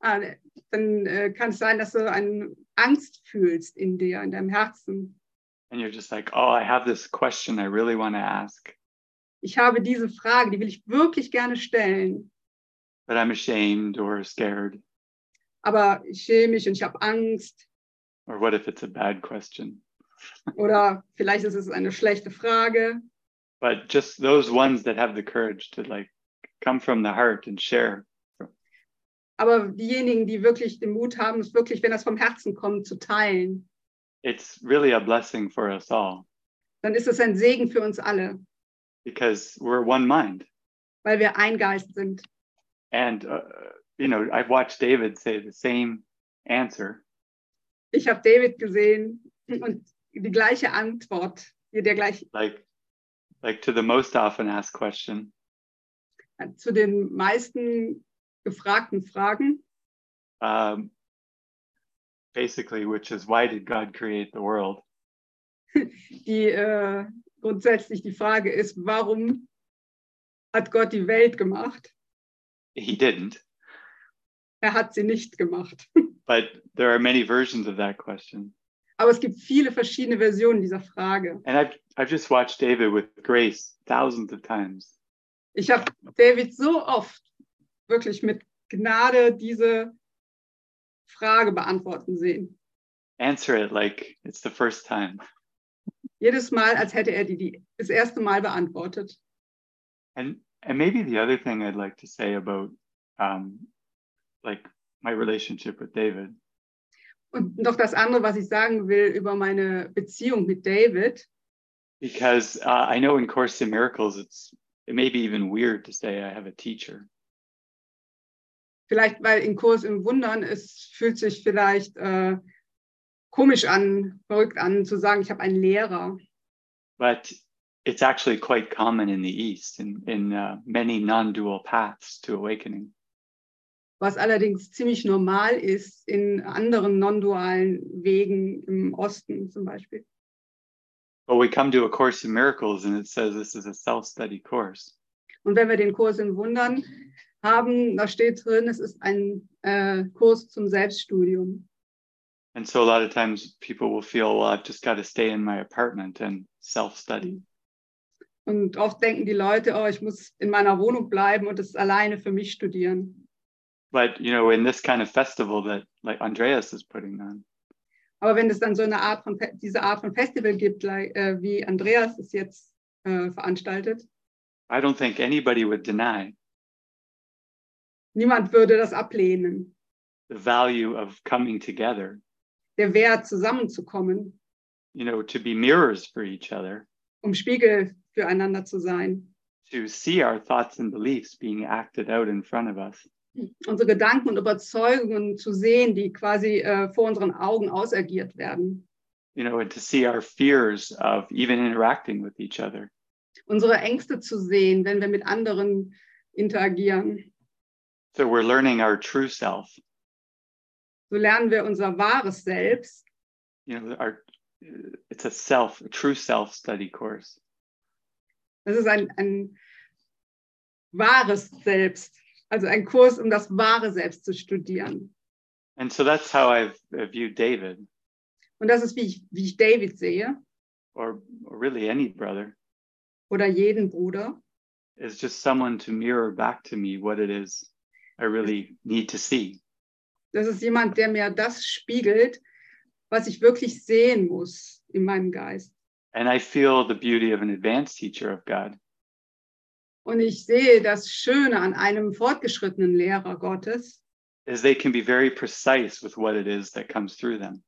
[SPEAKER 3] Ah, ne, dann äh, kann es sein, dass du eine Angst fühlst in dir, in deinem Herzen.
[SPEAKER 2] And you're just like, oh, I have this question I really want to ask,
[SPEAKER 3] Ich habe diese Frage, die will ich wirklich gerne stellen,
[SPEAKER 2] but I'm ashamed or scared.
[SPEAKER 3] aber ich schäme mich und ich habe Angst
[SPEAKER 2] Or what if it's a bad question?
[SPEAKER 3] oder vielleicht ist es eine schlechte Frage.
[SPEAKER 2] But just those ones that have the courage to like come from the heart and share.
[SPEAKER 3] Aber diejenigen, die wirklich den Mut haben, es wirklich, wenn das vom Herzen kommt, zu teilen,
[SPEAKER 2] It's really a blessing for us all
[SPEAKER 3] dann ist es ein Segen für uns alle,
[SPEAKER 2] because we're one mind.
[SPEAKER 3] weil wir ein Geist sind.
[SPEAKER 2] And, uh, you know, I've watched David say the same answer.
[SPEAKER 3] Ich habe David gesehen und die gleiche Antwort, der gleich
[SPEAKER 2] like like to the most often asked question
[SPEAKER 3] äh, zu den meisten gefragten Fragen,
[SPEAKER 2] um, basically which is why did god create the world
[SPEAKER 3] die äh, grundsätzlich die Frage ist, warum hat Gott die Welt gemacht?
[SPEAKER 2] he didn't
[SPEAKER 3] Er hat sie nicht gemacht.
[SPEAKER 2] but there are many versions of that question
[SPEAKER 3] Aber es gibt viele verschiedene Versionen dieser Frage.
[SPEAKER 2] and i've i've just watched david with grace thousands of times
[SPEAKER 3] Ich habe David so oft wirklich mit Gnade diese Frage beantworten sehen.
[SPEAKER 2] answer it like it's the first time
[SPEAKER 3] Jedes Mal, als hätte er die, die das erste Mal beantwortet.
[SPEAKER 2] and and maybe the other thing i'd like to say about um like my relationship with david
[SPEAKER 3] Und noch das andere, was ich sagen will über meine Beziehung mit David.
[SPEAKER 2] because uh, i know in course in miracles it's it may be even weird to say i have a teacher
[SPEAKER 3] Vielleicht, weil in Kurs im Wundern, es fühlt sich vielleicht äh, komisch an, verrückt an, zu sagen, ich habe einen Lehrer.
[SPEAKER 2] but it's actually quite common in the East in, in uh, many non dual paths to awakening.
[SPEAKER 3] Was allerdings ziemlich normal ist in anderen non-dualen Wegen im Osten zum Beispiel.
[SPEAKER 2] But we come to A Course in Miracles and it says this is a self study course.
[SPEAKER 3] Und wenn wir den Kurs im Wundern haben, da steht drin, es ist ein äh, Kurs zum Selbststudium.
[SPEAKER 2] And so a lot of times people will feel, well, I've just got to stay in my apartment and self study.
[SPEAKER 3] Und oft denken die Leute, oh, ich muss in meiner Wohnung bleiben und es alleine für mich studieren.
[SPEAKER 2] But, you know, in this kind of festival that like Andreas is putting on,
[SPEAKER 3] Aber wenn es dann so eine Art von Fe- diese Art von Festival gibt, like, äh, wie Andreas es jetzt äh, veranstaltet,
[SPEAKER 2] I don't think anybody would deny
[SPEAKER 3] niemand würde das ablehnen.
[SPEAKER 2] the value of coming together,
[SPEAKER 3] Der Wert zusammenzukommen,
[SPEAKER 2] you know, to be mirrors for each other,
[SPEAKER 3] um Spiegel füreinander zu sein,
[SPEAKER 2] to see our thoughts and beliefs being acted out in front of us.
[SPEAKER 3] unsere Gedanken und Überzeugungen zu sehen, die quasi äh, vor unseren Augen ausagiert werden,
[SPEAKER 2] you know, and to see our fears of even interacting with each other.
[SPEAKER 3] unsere Ängste zu sehen, wenn wir mit anderen interagieren.
[SPEAKER 2] So we're learning our true self,
[SPEAKER 3] So lernen wir unser wahres Selbst.
[SPEAKER 2] you know, our it's a self, a true self study course.
[SPEAKER 3] Das ist ein, ein wahres Selbst, also ein Kurs, um das wahre Selbst zu studieren.
[SPEAKER 2] And so that's how I've uh, viewed David
[SPEAKER 3] Und das ist, wie ich, wie ich David sehe
[SPEAKER 2] or, or really any brother
[SPEAKER 3] oder jeden Bruder,
[SPEAKER 2] is just someone to mirror back to me what it is I really need to see.
[SPEAKER 3] Das ist jemand, der mir das spiegelt, was ich wirklich sehen muss in meinem Geist.
[SPEAKER 2] And I feel the beauty of an advanced teacher of God.
[SPEAKER 3] Und ich sehe das Schöne an einem fortgeschrittenen Lehrer Gottes.
[SPEAKER 2] is they can be very precise with what it is that comes through them.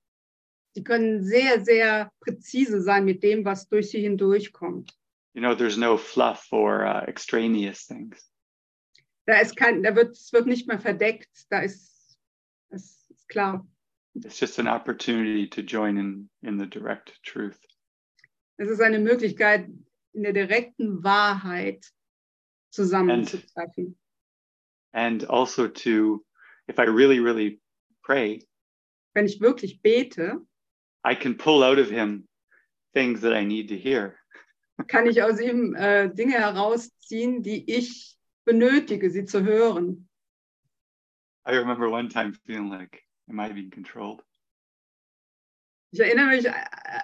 [SPEAKER 3] Die können sehr, sehr präzise sein mit dem, was durch sie hindurchkommt.
[SPEAKER 2] You know, there's no fluff or uh, extraneous things.
[SPEAKER 3] Da ist kein, da wird, es wird nicht mehr verdeckt. Da ist, es ist klar.
[SPEAKER 2] It's just an opportunity to join in in the direct truth.
[SPEAKER 3] Es ist eine Möglichkeit, in der direkten Wahrheit zusammenzutreffen.
[SPEAKER 2] And also to, if I really, really pray,
[SPEAKER 3] Wenn ich wirklich bete,
[SPEAKER 2] I can pull out of him things that I need to hear.
[SPEAKER 3] kann ich aus ihm äh, Dinge herausziehen, die ich benötige, sie zu hören.
[SPEAKER 2] I remember one time feeling like, am I being controlled?
[SPEAKER 3] Ich erinnere mich, äh,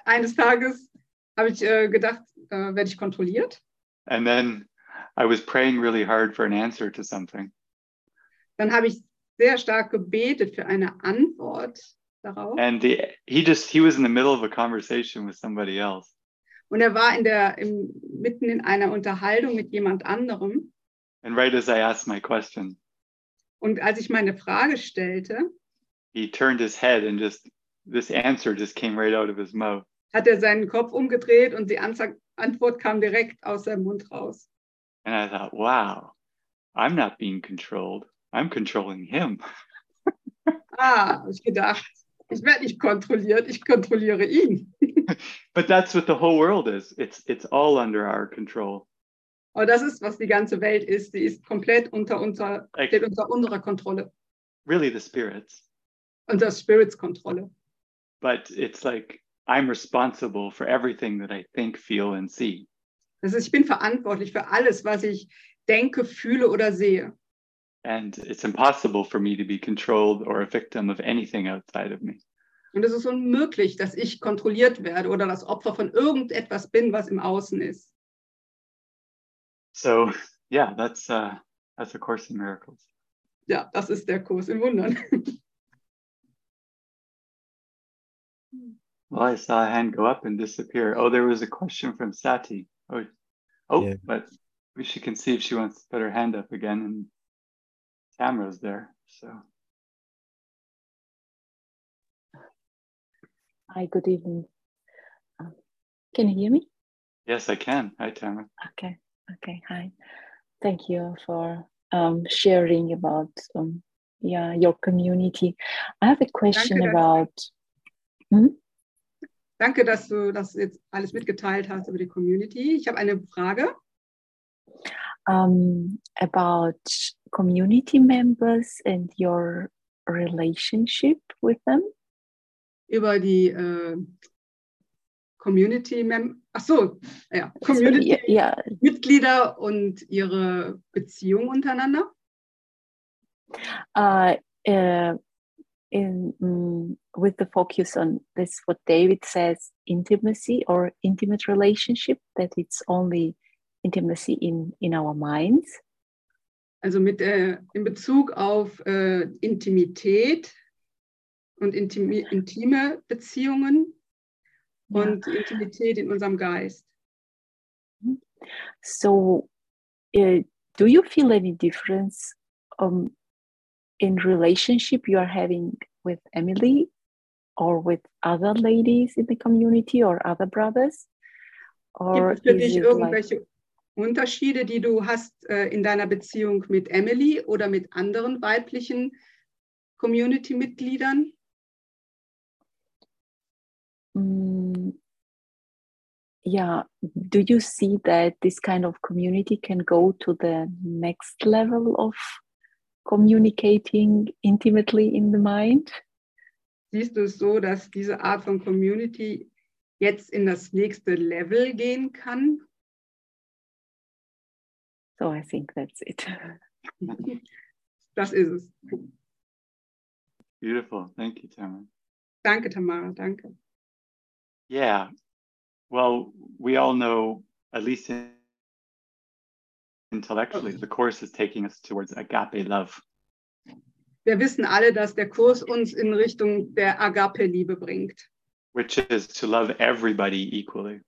[SPEAKER 3] eines Tages habe ich äh, gedacht, äh, werde ich kontrolliert.
[SPEAKER 2] And then I was praying really hard for an answer to something.
[SPEAKER 3] Dann habe ich sehr stark gebetet für eine Antwort darauf.
[SPEAKER 2] And the, he just, he was in the middle of a conversation with somebody else.
[SPEAKER 3] Und er war in der, im, mitten in einer Unterhaltung mit jemand anderem.
[SPEAKER 2] And right as I asked my question,
[SPEAKER 3] Und als ich meine Frage stellte,
[SPEAKER 2] he turned his head and just this answer just came right out of his mouth
[SPEAKER 3] hat er seinen Kopf umgedreht und die Anza- Antwort kam direkt aus seinem Mund raus.
[SPEAKER 2] and i thought wow i'm not being controlled i'm controlling him
[SPEAKER 3] Ah, hab ich gedacht, ich werde nicht kontrolliert, ich kontrolliere ihn.
[SPEAKER 2] but that's what the whole world is it's it's all under our control
[SPEAKER 3] Aber das ist, was die ganze Welt ist. Sie ist komplett unter, unter,
[SPEAKER 2] like
[SPEAKER 3] steht unter unserer Kontrolle,
[SPEAKER 2] really the spirits
[SPEAKER 3] unter Spirits Kontrolle.
[SPEAKER 2] but it's like i'm responsible for everything that i think feel and see
[SPEAKER 3] Das ist, ich bin verantwortlich für alles, was ich denke, fühle oder sehe.
[SPEAKER 2] and it's impossible for me to be controlled or a victim of anything outside of me
[SPEAKER 3] Und es ist unmöglich, dass ich kontrolliert werde oder das Opfer von irgendetwas bin, was im Außen ist.
[SPEAKER 2] so yeah that's uh that's a course in miracles
[SPEAKER 3] Ja, das ist der Kurs im Wundern.
[SPEAKER 2] Well, I saw a hand go up and disappear. Oh, there was a question from Sati. Oh, oh,
[SPEAKER 1] Yeah.
[SPEAKER 2] but we she can see if she wants to put her hand up again, and camera's there. So
[SPEAKER 4] Hi, good evening. Um, Can you hear me?
[SPEAKER 2] yes, I can. Hi, Tamara.
[SPEAKER 4] Okay, okay, hi. Thank you for um, sharing about um, yeah your community. I have a question
[SPEAKER 3] that-
[SPEAKER 4] about
[SPEAKER 3] Danke, dass du das jetzt alles mitgeteilt hast über die Community. Ich habe eine Frage.
[SPEAKER 4] um, about community members and your relationship with them.
[SPEAKER 3] über die äh, Community Mem Ach so, ja,
[SPEAKER 4] So,
[SPEAKER 3] Community
[SPEAKER 4] yeah, yeah,
[SPEAKER 3] Mitglieder und ihre Beziehung untereinander.
[SPEAKER 4] uh, uh, in mm, with the focus on this what david says intimacy or intimate relationship that it's only intimacy in in our minds
[SPEAKER 3] Also mit äh, in Bezug auf äh, Intimität und intimi intime Beziehungen
[SPEAKER 4] Yeah.
[SPEAKER 3] und Intimität in unserem Geist.
[SPEAKER 4] so uh, do you feel any difference um, in relationship you are having with emily or with other ladies in the community or other brothers or
[SPEAKER 3] Gibt es für
[SPEAKER 4] is
[SPEAKER 3] dich
[SPEAKER 4] it like-
[SPEAKER 3] irgendwelche Unterschiede, die du hast äh, in deiner Beziehung mit Emily oder mit anderen weiblichen Community-Mitgliedern?
[SPEAKER 4] Mm, yeah, do you see that this kind of community can go to the next level of communicating intimately in the mind?
[SPEAKER 3] siehst du es so, dass diese Art von Community jetzt in das nächste Level gehen kann?
[SPEAKER 4] So I think that's it.
[SPEAKER 3] Das ist es.
[SPEAKER 2] Beautiful. Thank you, Tamara.
[SPEAKER 3] Danke, Tamara, danke.
[SPEAKER 2] Yeah. Well, we all know, at least in, intellectually, the course is taking us towards agape love.
[SPEAKER 3] wir wissen alle, dass der Kurs uns in Richtung der Agape-Liebe bringt,
[SPEAKER 2] which is to love everybody equally.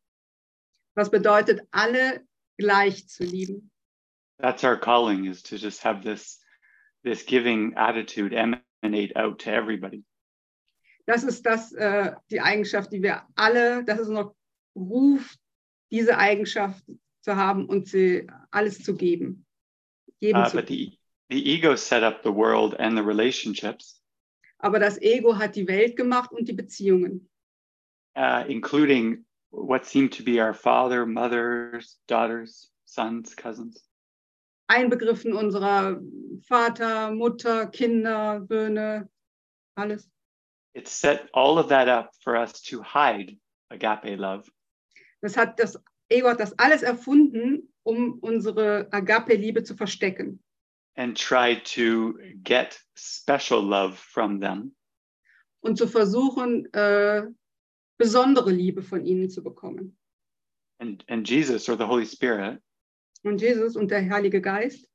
[SPEAKER 3] was bedeutet, alle gleich zu lieben.
[SPEAKER 2] That's our calling is to just have this this giving attitude emanate out to everybody.
[SPEAKER 3] Das ist das, äh, die Eigenschaft, die wir alle, das ist unser Ruf, diese Eigenschaft zu haben und sie alles zu geben. Geben
[SPEAKER 2] Uh,
[SPEAKER 3] zu
[SPEAKER 2] but the the ego set up the world and the relationships,
[SPEAKER 3] Aber das Ego hat die Welt gemacht und die Beziehungen,
[SPEAKER 2] uh, including what seemed to be our father, mothers, daughters, sons, cousins.
[SPEAKER 3] einbegriffen unserer Vater, Mutter, Kinder, Söhne, alles.
[SPEAKER 2] It set all of that up for us to hide agape love
[SPEAKER 3] Das hat das Ego hat das alles erfunden, um unsere Agape-Liebe zu verstecken
[SPEAKER 2] and try to get special love from them
[SPEAKER 3] und zu versuchen, äh, besondere Liebe von ihnen zu bekommen.
[SPEAKER 2] and and Jesus or the Holy Spirit
[SPEAKER 3] Und Jesus und der Heilige Geist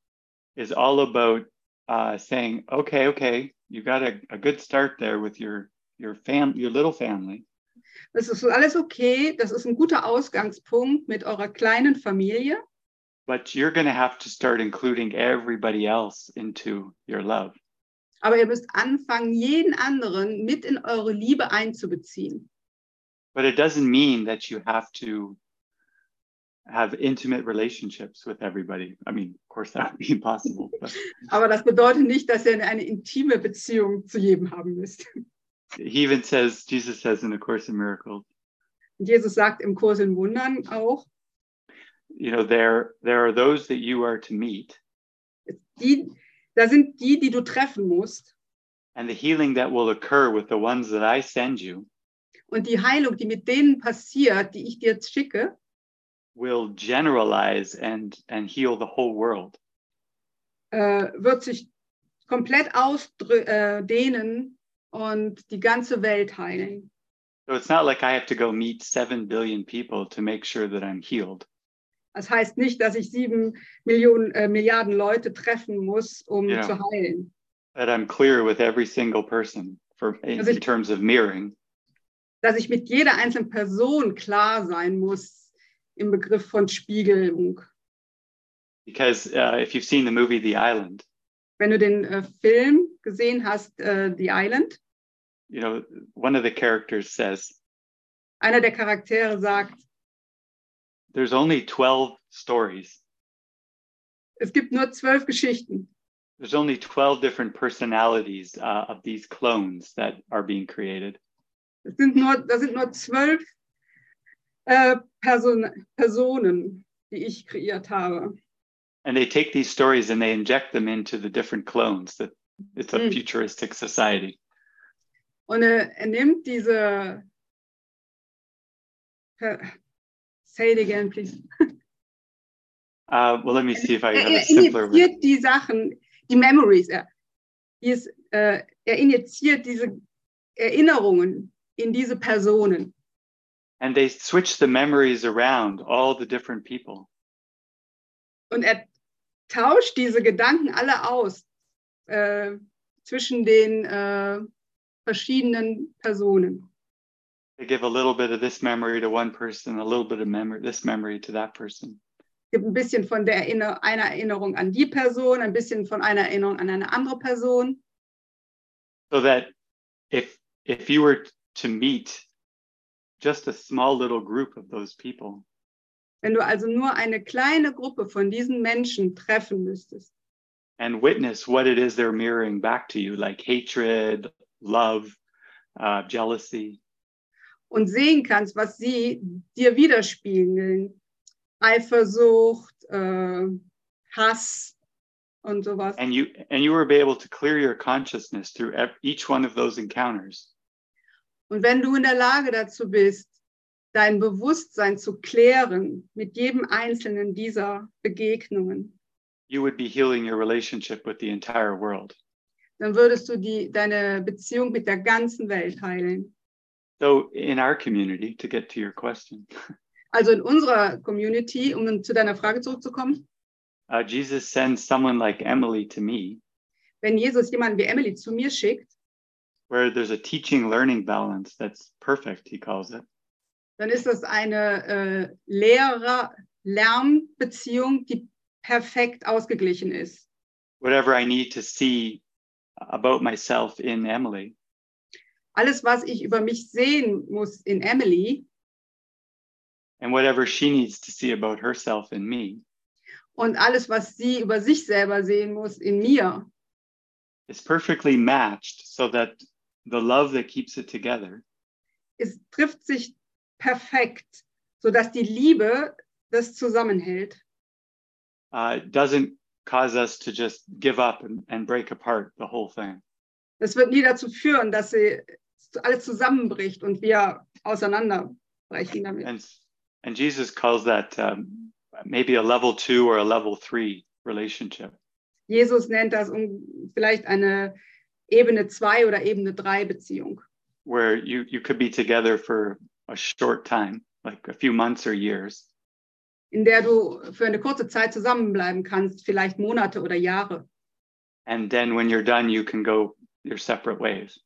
[SPEAKER 2] is all about uh, saying, okay, okay, you got a, a good start there with your your fam your little family,
[SPEAKER 3] Das ist alles okay. Das ist ein guter Ausgangspunkt mit eurer kleinen Familie.
[SPEAKER 2] but you're going to have to start including everybody else into your love.
[SPEAKER 3] Aber ihr müsst anfangen, jeden anderen mit in eure Liebe einzubeziehen.
[SPEAKER 2] But it doesn't mean that you have to have intimate relationships with everybody. I mean, of course, that would be impossible. But
[SPEAKER 3] Aber das bedeutet nicht, dass ihr eine intime Beziehung zu jedem haben müsst.
[SPEAKER 2] he even says, Jesus says in the Course in Miracles,
[SPEAKER 3] Und Jesus sagt im Kurs in Wundern auch,
[SPEAKER 2] you know, there there are those that you are to meet,
[SPEAKER 3] die, da sind die, die du treffen musst.
[SPEAKER 2] and the healing that will occur with the ones that I send you
[SPEAKER 3] Und die Heilung, die mit denen passiert, die ich dir jetzt schicke,
[SPEAKER 2] will generalize and and heal the whole world.
[SPEAKER 3] äh, wird sich komplett ausdehnen und die ganze Welt heilen.
[SPEAKER 2] So it's not like I have to go meet seven billion people to make sure that I'm healed.
[SPEAKER 3] Das heißt nicht, dass ich sieben Millionen, äh, Milliarden Leute treffen muss, um
[SPEAKER 2] Ja.
[SPEAKER 3] zu heilen.
[SPEAKER 2] That I'm clear with every single person for in,
[SPEAKER 3] Also
[SPEAKER 2] in
[SPEAKER 3] ich-
[SPEAKER 2] terms of mirroring.
[SPEAKER 3] Dass ich mit jeder einzelnen Person klar sein muss im Begriff von Spiegelung.
[SPEAKER 2] Because uh, if you've seen the movie The Island,
[SPEAKER 3] Wenn du den äh, Film gesehen hast, äh, The Island,
[SPEAKER 2] you know one of the characters says
[SPEAKER 3] einer der Charaktere sagt,
[SPEAKER 2] there's only 12 stories.
[SPEAKER 3] es gibt nur zwölf Geschichten.
[SPEAKER 2] There's only 12 different personalities uh, of these clones that are being created.
[SPEAKER 3] Es sind nur, da sind nur zwölf äh, Person, Personen, die ich kreiert habe.
[SPEAKER 2] and they take these stories and they inject them into the different clones that it's a
[SPEAKER 3] Mm.
[SPEAKER 2] futuristic society
[SPEAKER 3] Und er, er nimmt diese. Per- Say it again, please.
[SPEAKER 2] uh, well let me see if i
[SPEAKER 3] Er,
[SPEAKER 2] have a
[SPEAKER 3] er
[SPEAKER 2] simpler way
[SPEAKER 3] injiziert die Sachen, die Memories. Er, die ist, äh, er injiziert diese Erinnerungen in diese Personen.
[SPEAKER 2] and they switch the memories around all the different people
[SPEAKER 3] Und er tauscht diese Gedanken alle aus äh, zwischen den äh, verschiedenen Personen.
[SPEAKER 2] they give a little bit of this memory to one person a little bit of memory this memory to that person
[SPEAKER 3] gibt ein bisschen von der Erinner einer Erinnerung an die Person, ein bisschen von einer Erinnerung an eine andere Person.
[SPEAKER 2] so that if if you were to meet just a small little group of those people
[SPEAKER 3] Wenn du also nur eine kleine Gruppe von diesen Menschen treffen müsstest
[SPEAKER 2] and witness what it is they're mirroring back to you like hatred love uh, jealousy
[SPEAKER 3] und sehen kannst, was sie dir widerspiegeln, Eifersucht, äh, Hass und sowas,
[SPEAKER 2] and you and you will be able to clear your consciousness through ev- each one of those encounters
[SPEAKER 3] und wenn du in der Lage dazu bist, dein Bewusstsein zu klären mit jedem einzelnen dieser Begegnungen,
[SPEAKER 2] you would be healing your relationship with the entire world
[SPEAKER 3] dann würdest du die, deine Beziehung mit der ganzen Welt heilen.
[SPEAKER 2] so in our community to get to your question
[SPEAKER 3] Also in unserer Community, um zu deiner Frage zurückzukommen,
[SPEAKER 2] uh, jesus sends someone like emily to me
[SPEAKER 3] wenn Jesus jemanden wie Emily zu mir schickt,
[SPEAKER 2] where there's a teaching learning balance that's perfect, he calls it.
[SPEAKER 3] dann ist das eine äh, Lehrer-Lernbeziehung, die perfekt ausgeglichen ist.
[SPEAKER 2] Whatever I need to see about myself in Emily,
[SPEAKER 3] Alles, was ich über mich sehen muss in Emily
[SPEAKER 2] and whatever she needs to see about herself in me,
[SPEAKER 3] und alles, was sie über sich selber sehen muss in mir,
[SPEAKER 2] is perfectly matched so that the love that keeps it together
[SPEAKER 3] es trifft sich perfekt, sodass die Liebe das zusammenhält.
[SPEAKER 2] uh, doesn't cause us to just give up and, and break apart the whole thing.
[SPEAKER 3] Das wird nie dazu führen, dass sie alles zusammenbricht und wir auseinanderbrechen damit.
[SPEAKER 2] And, and Jesus calls that um, maybe a level two or a level three relationship.
[SPEAKER 3] Jesus nennt das um vielleicht eine Ebene 2 oder Ebene 3 Beziehung,
[SPEAKER 2] where you you could be together for a short time like a few months or years
[SPEAKER 3] in der du für eine kurze Zeit zusammenbleiben kannst, vielleicht Monate oder Jahre.
[SPEAKER 2] and then when you're done you can go your separate ways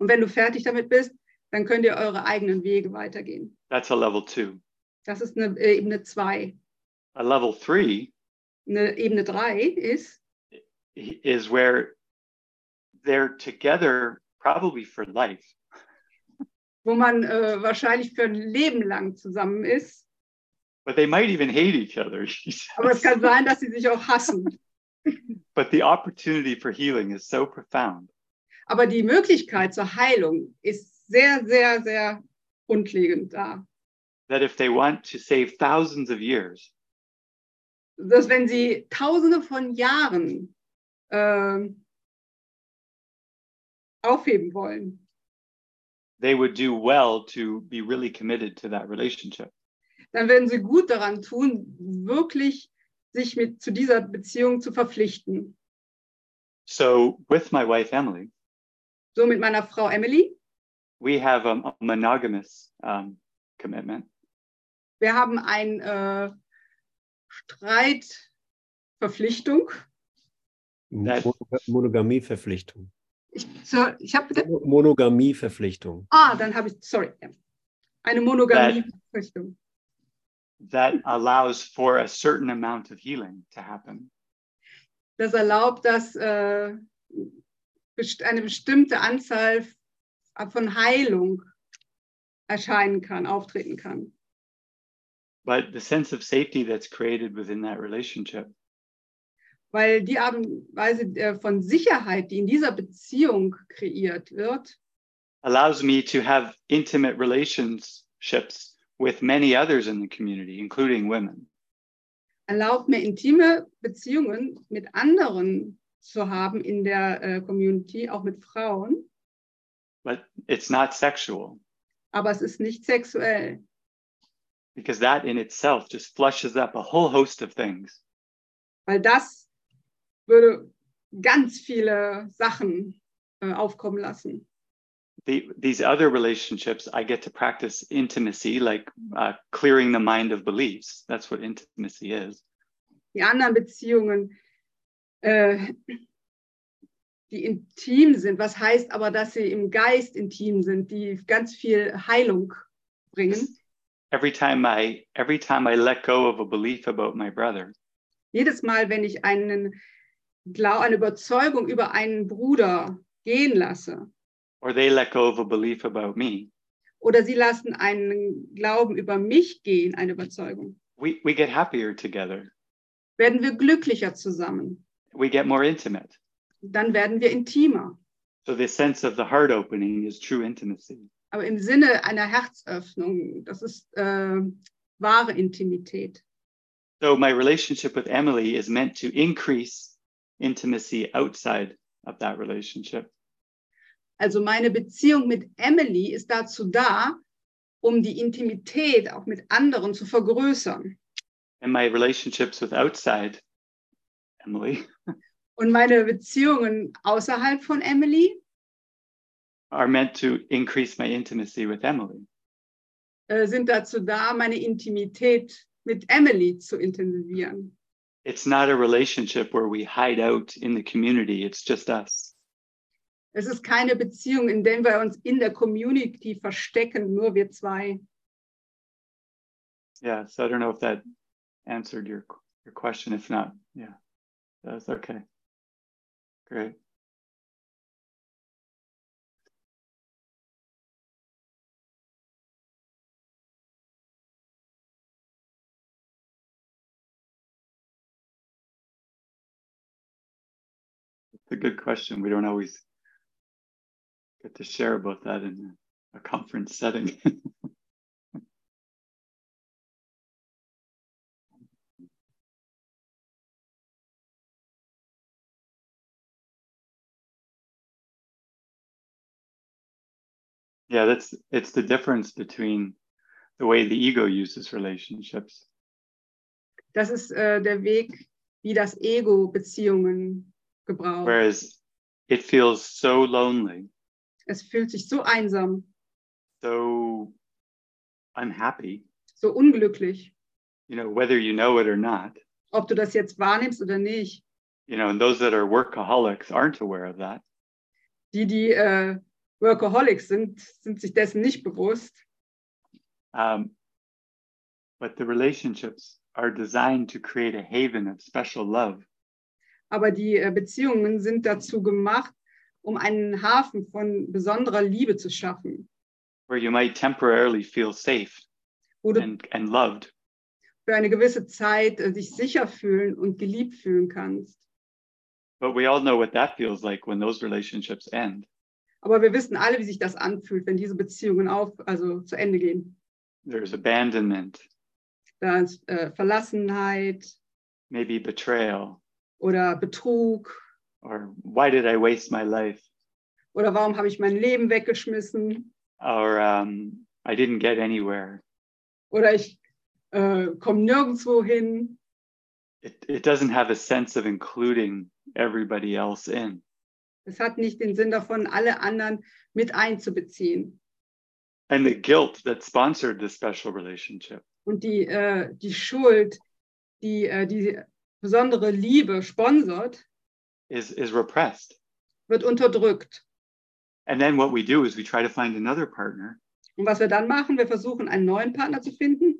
[SPEAKER 3] Und wenn du fertig damit bist, dann könnt ihr eure eigenen Wege weitergehen.
[SPEAKER 2] that's a level 2
[SPEAKER 3] Das ist eine Ebene 2.
[SPEAKER 2] a level 3
[SPEAKER 3] Eine Ebene 3 ist,
[SPEAKER 2] is where they're together probably for life
[SPEAKER 3] wo man äh, wahrscheinlich für ein Leben lang zusammen ist.
[SPEAKER 2] but they might even hate each other
[SPEAKER 3] Aber es kann sein, dass sie sich auch hassen.
[SPEAKER 2] but the opportunity for healing is so profound
[SPEAKER 3] Aber die Möglichkeit zur Heilung ist sehr, sehr, sehr grundlegend da.
[SPEAKER 2] that if they want to save thousands of years
[SPEAKER 3] dass wenn sie Tausende von Jahren ähm, aufheben wollen,
[SPEAKER 2] they would do well to be really committed to that relationship
[SPEAKER 3] dann werden sie gut daran tun, wirklich sich mit zu dieser Beziehung zu verpflichten.
[SPEAKER 2] so with my wife emily
[SPEAKER 3] So mit meiner Frau Emily.
[SPEAKER 2] we have um, a monogamous um, commitment.
[SPEAKER 3] Wir haben eine äh, Streitverpflichtung.
[SPEAKER 2] Nein.
[SPEAKER 1] Monoga- Monogamieverpflichtung.
[SPEAKER 3] Ich, so, ich habe bitte.
[SPEAKER 1] Mo- Monogamieverpflichtung.
[SPEAKER 3] Ah, dann habe ich, sorry. ja. Eine Monogamie-Verpflichtung,
[SPEAKER 2] that allows for a certain amount of healing to happen.
[SPEAKER 3] Das erlaubt, dass äh, best- eine bestimmte Anzahl von Heilung erscheinen kann, auftreten kann.
[SPEAKER 2] But the sense of safety that's created within that relationship
[SPEAKER 3] Weil die Art und Weise äh, von Sicherheit, die in dieser Beziehung kreiert wird,
[SPEAKER 2] allows me to have intimate relationships with many others in the community, including women.
[SPEAKER 3] erlaubt mir intime Beziehungen mit anderen zu haben in der äh, Community, auch mit Frauen,
[SPEAKER 2] But it's not sexual
[SPEAKER 3] aber es ist nicht sexuell.
[SPEAKER 2] because that in itself just flushes up a whole host of things.
[SPEAKER 3] Weil das würde ganz viele Sachen äh, aufkommen lassen.
[SPEAKER 2] The, these other relationships, I get to practice intimacy, like uh, clearing the mind of beliefs. That's what intimacy is.
[SPEAKER 3] die anderen Beziehungen, äh, die intim sind, was heißt aber, dass sie im Geist intim sind, die ganz viel Heilung bringen.
[SPEAKER 2] every time i every time i let go of a belief about my brother
[SPEAKER 3] Jedes Mal, wenn ich einen Glau, eine Überzeugung über einen Bruder gehen lasse
[SPEAKER 2] or they let go of a belief about me
[SPEAKER 3] oder sie lassen einen Glauben über mich gehen, eine Überzeugung,
[SPEAKER 2] we we get happier together
[SPEAKER 3] werden wir glücklicher zusammen.
[SPEAKER 2] we get more intimate
[SPEAKER 3] Dann werden wir intimer.
[SPEAKER 2] so the sense of the heart opening is true intimacy
[SPEAKER 3] Aber im Sinne einer Herzöffnung, das ist äh, wahre Intimität.
[SPEAKER 2] so my relationship with emily is meant to increase intimacy outside of that relationship
[SPEAKER 3] Also meine Beziehung mit Emily ist dazu da, um die Intimität auch mit anderen zu vergrößern.
[SPEAKER 2] and my relationships with outside emily
[SPEAKER 3] Und meine Beziehungen außerhalb von Emily
[SPEAKER 2] are meant to increase my intimacy with emily
[SPEAKER 3] äh, sind dazu da, meine Intimität mit Emily zu intensivieren.
[SPEAKER 2] it's not a relationship where we hide out in the community. It's just us.
[SPEAKER 3] Es ist keine Beziehung, in der wir uns in der Community verstecken, nur wir zwei.
[SPEAKER 2] Yeah. So I don't know if that answered your your question. If not, yeah, that's okay. Great. It's a good question. We don't always get to share about that in a conference setting. yeah, that's it's the difference between the way the ego uses relationships.
[SPEAKER 3] Das ist äh, der Weg, wie das Ego Beziehungen gebraucht.
[SPEAKER 2] Whereas it feels so lonely,
[SPEAKER 3] es fühlt sich so einsam,
[SPEAKER 2] so unhappy,
[SPEAKER 3] so unglücklich,
[SPEAKER 2] you know, whether you know it or not.
[SPEAKER 3] ob du das jetzt wahrnimmst oder nicht.
[SPEAKER 2] You know, and those that are workaholics aren't aware of that.
[SPEAKER 3] Die, die äh, Workaholics sind, sind sich dessen nicht bewusst.
[SPEAKER 2] Um, but the relationships are designed to create a haven of special love.
[SPEAKER 3] Aber die äh, Beziehungen sind dazu gemacht, um einen Hafen von besonderer Liebe zu schaffen,
[SPEAKER 2] where you might temporarily feel safe
[SPEAKER 3] wo du
[SPEAKER 2] and, and loved.
[SPEAKER 3] für eine gewisse Zeit äh, dich sicher fühlen und geliebt fühlen kannst.
[SPEAKER 2] But we all know what that feels like when those relationships end.
[SPEAKER 3] Aber wir wissen alle, wie sich das anfühlt, wenn diese Beziehungen auf, also zu Ende gehen.
[SPEAKER 2] There's abandonment,
[SPEAKER 3] Da ist äh, Verlassenheit
[SPEAKER 2] maybe betrayal,
[SPEAKER 3] oder Betrug
[SPEAKER 2] or why did I waste my life?
[SPEAKER 3] oder warum habe ich mein Leben weggeschmissen
[SPEAKER 2] Or um, I didn't get anywhere.
[SPEAKER 3] oder ich äh, komme nirgendwo hin.
[SPEAKER 2] It, it doesn't have a sense of including everybody else in.
[SPEAKER 3] Es hat nicht den Sinn davon, alle anderen mit einzubeziehen.
[SPEAKER 2] And the guilt that sponsored this special relationship
[SPEAKER 3] Und die, äh, die Schuld, die äh, die besondere Liebe sponsert,
[SPEAKER 2] is, is repressed.
[SPEAKER 3] wird unterdrückt.
[SPEAKER 2] And then what we do is we try to find another partner
[SPEAKER 3] Und was wir dann machen, wir versuchen, einen neuen Partner zu finden,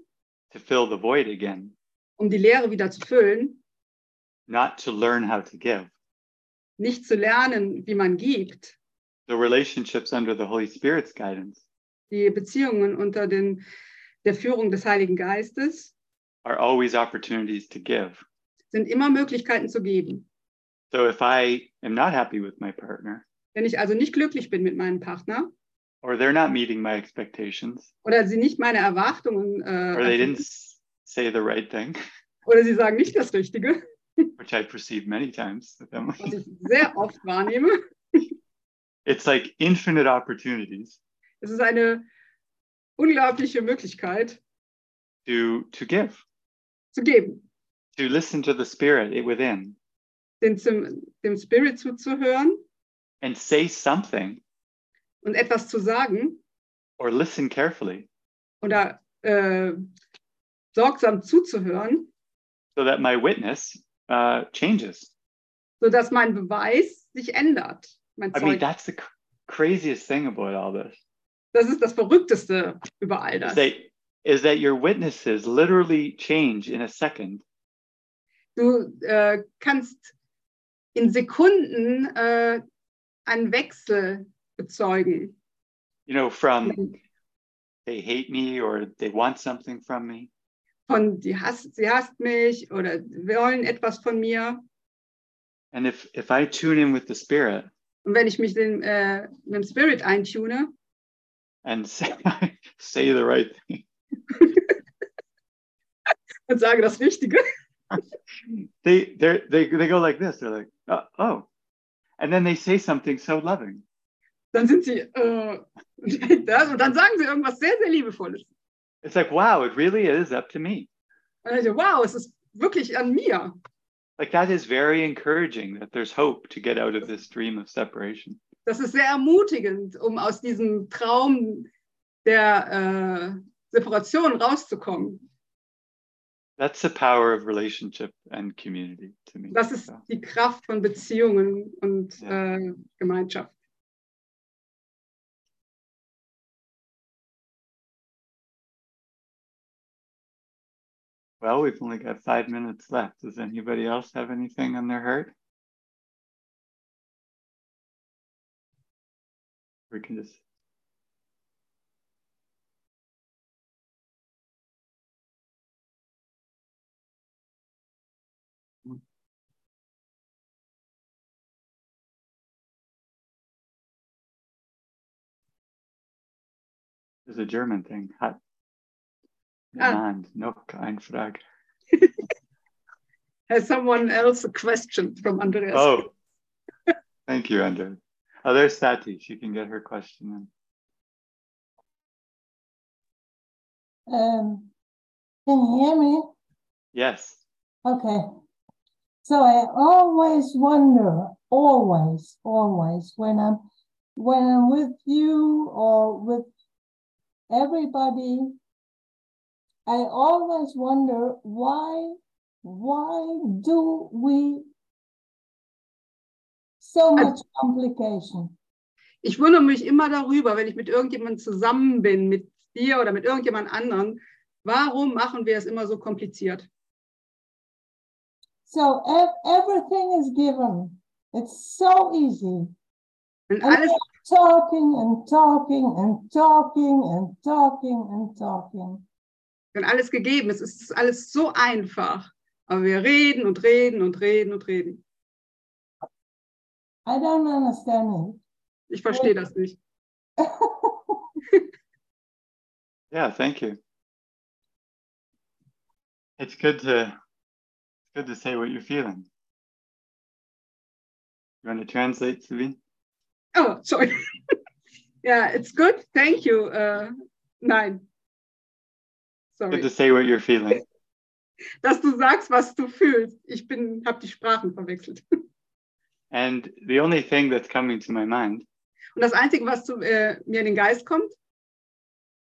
[SPEAKER 2] to fill the void again,
[SPEAKER 3] um die Leere wieder zu füllen,
[SPEAKER 2] not to learn how to give.
[SPEAKER 3] nicht zu lernen, wie man gibt.
[SPEAKER 2] the relationships under the Holy Spirit's guidance
[SPEAKER 3] Die Beziehungen unter den, der Führung des Heiligen Geistes
[SPEAKER 2] are always opportunities to give.
[SPEAKER 3] sind immer Möglichkeiten zu geben.
[SPEAKER 2] So if I am not happy with my partner
[SPEAKER 3] Wenn ich also nicht glücklich bin mit meinem Partner
[SPEAKER 2] or they're not meeting my expectations
[SPEAKER 3] oder sie nicht meine Erwartungen äh,
[SPEAKER 2] or they didn't
[SPEAKER 3] erfüllen,
[SPEAKER 2] s- say the right thing,
[SPEAKER 3] oder sie sagen nicht das Richtige,
[SPEAKER 2] which I perceive many times with them,
[SPEAKER 3] was ich sehr oft wahrnehme,
[SPEAKER 2] it's like infinite opportunities
[SPEAKER 3] es ist eine unglaubliche Möglichkeit
[SPEAKER 2] to to give,
[SPEAKER 3] zu geben,
[SPEAKER 2] to listen to the spirit i- within
[SPEAKER 3] den, zum, dem Spirit zuzuhören
[SPEAKER 2] and say something
[SPEAKER 3] und etwas zu sagen
[SPEAKER 2] or listen carefully
[SPEAKER 3] oder äh, sorgsam zuzuhören,
[SPEAKER 2] so that my witness uh, changes.
[SPEAKER 3] sodass mein Beweis sich ändert. Mein
[SPEAKER 2] I mean,
[SPEAKER 3] Zeugnis.
[SPEAKER 2] that's the cr- craziest thing about all this.
[SPEAKER 3] Das ist das Verrückteste über all
[SPEAKER 2] is
[SPEAKER 3] das.
[SPEAKER 2] that is that your witnesses literally change in a second
[SPEAKER 3] Du äh, kannst in Sekunden äh, einen Wechsel bezeugen.
[SPEAKER 2] you know from they hate me or they want something from me
[SPEAKER 3] Von die hasst, sie hasst mich oder wollen etwas von mir.
[SPEAKER 2] and if if i tune in with the spirit
[SPEAKER 3] Und wenn ich mich dem, äh, mit dem Spirit eintune
[SPEAKER 2] and say, say the right thing
[SPEAKER 3] und sage das Richtige,
[SPEAKER 2] they they're, they they go like this they're like oh, oh and then they say something so loving
[SPEAKER 3] dann sind sie äh, das und dann sagen sie irgendwas sehr, sehr Liebevolles.
[SPEAKER 2] it's like wow it really is up to me
[SPEAKER 3] Und dann denke ich, wow, es ist wirklich an mir.
[SPEAKER 2] like that is very encouraging that there's hope to get out of this dream of separation
[SPEAKER 3] Das ist sehr ermutigend, um aus diesem Traum der äh, Separation rauszukommen.
[SPEAKER 2] That's the power of relationship and community to me.
[SPEAKER 3] Das ist die Kraft von Beziehungen und äh, Gemeinschaft.
[SPEAKER 2] Well, we've only got five minutes left. Does anybody else have anything on their heart? We can just. There's a German thing. Hot.
[SPEAKER 3] Ah.
[SPEAKER 2] Demand, noch ein Frage.
[SPEAKER 3] Has someone else a question from Andreas?
[SPEAKER 2] Oh, thank you, Andrew. Oh, there's Sati. She can get her question in.
[SPEAKER 5] Um, can you hear me?
[SPEAKER 2] Yes.
[SPEAKER 5] Okay. So I always wonder, always, always, when I'm when I'm with you or with everybody, I always wonder why why do we so much complication?
[SPEAKER 3] Ich wundere mich immer darüber, wenn ich mit irgendjemandem zusammen bin, mit dir oder mit irgendjemand anderen, warum machen wir es immer so kompliziert?
[SPEAKER 5] So ev- everything is given. It's so easy.
[SPEAKER 3] Wenn
[SPEAKER 5] And
[SPEAKER 3] alles,
[SPEAKER 5] they're talking and talking and talking and talking and talking.
[SPEAKER 3] wenn alles gegeben ist, ist es alles so einfach. Aber wir reden und reden und reden und reden.
[SPEAKER 5] I don't understand
[SPEAKER 3] Ich verstehe das nicht.
[SPEAKER 5] it.
[SPEAKER 2] Yeah, thank you. It's good to it's good to say what you're feeling. You want to translate, Sabine?
[SPEAKER 3] Oh, sorry. Ja, it's good. Thank you. Äh, nein.
[SPEAKER 2] Good to
[SPEAKER 3] Sorry.
[SPEAKER 2] say what you're feeling.
[SPEAKER 3] Dass du sagst, was du fühlst. Ich bin, habe die Sprachen verwechselt.
[SPEAKER 2] And the only thing that's coming to my mind
[SPEAKER 3] Und das Einzige, was zu, äh, mir in den Geist kommt,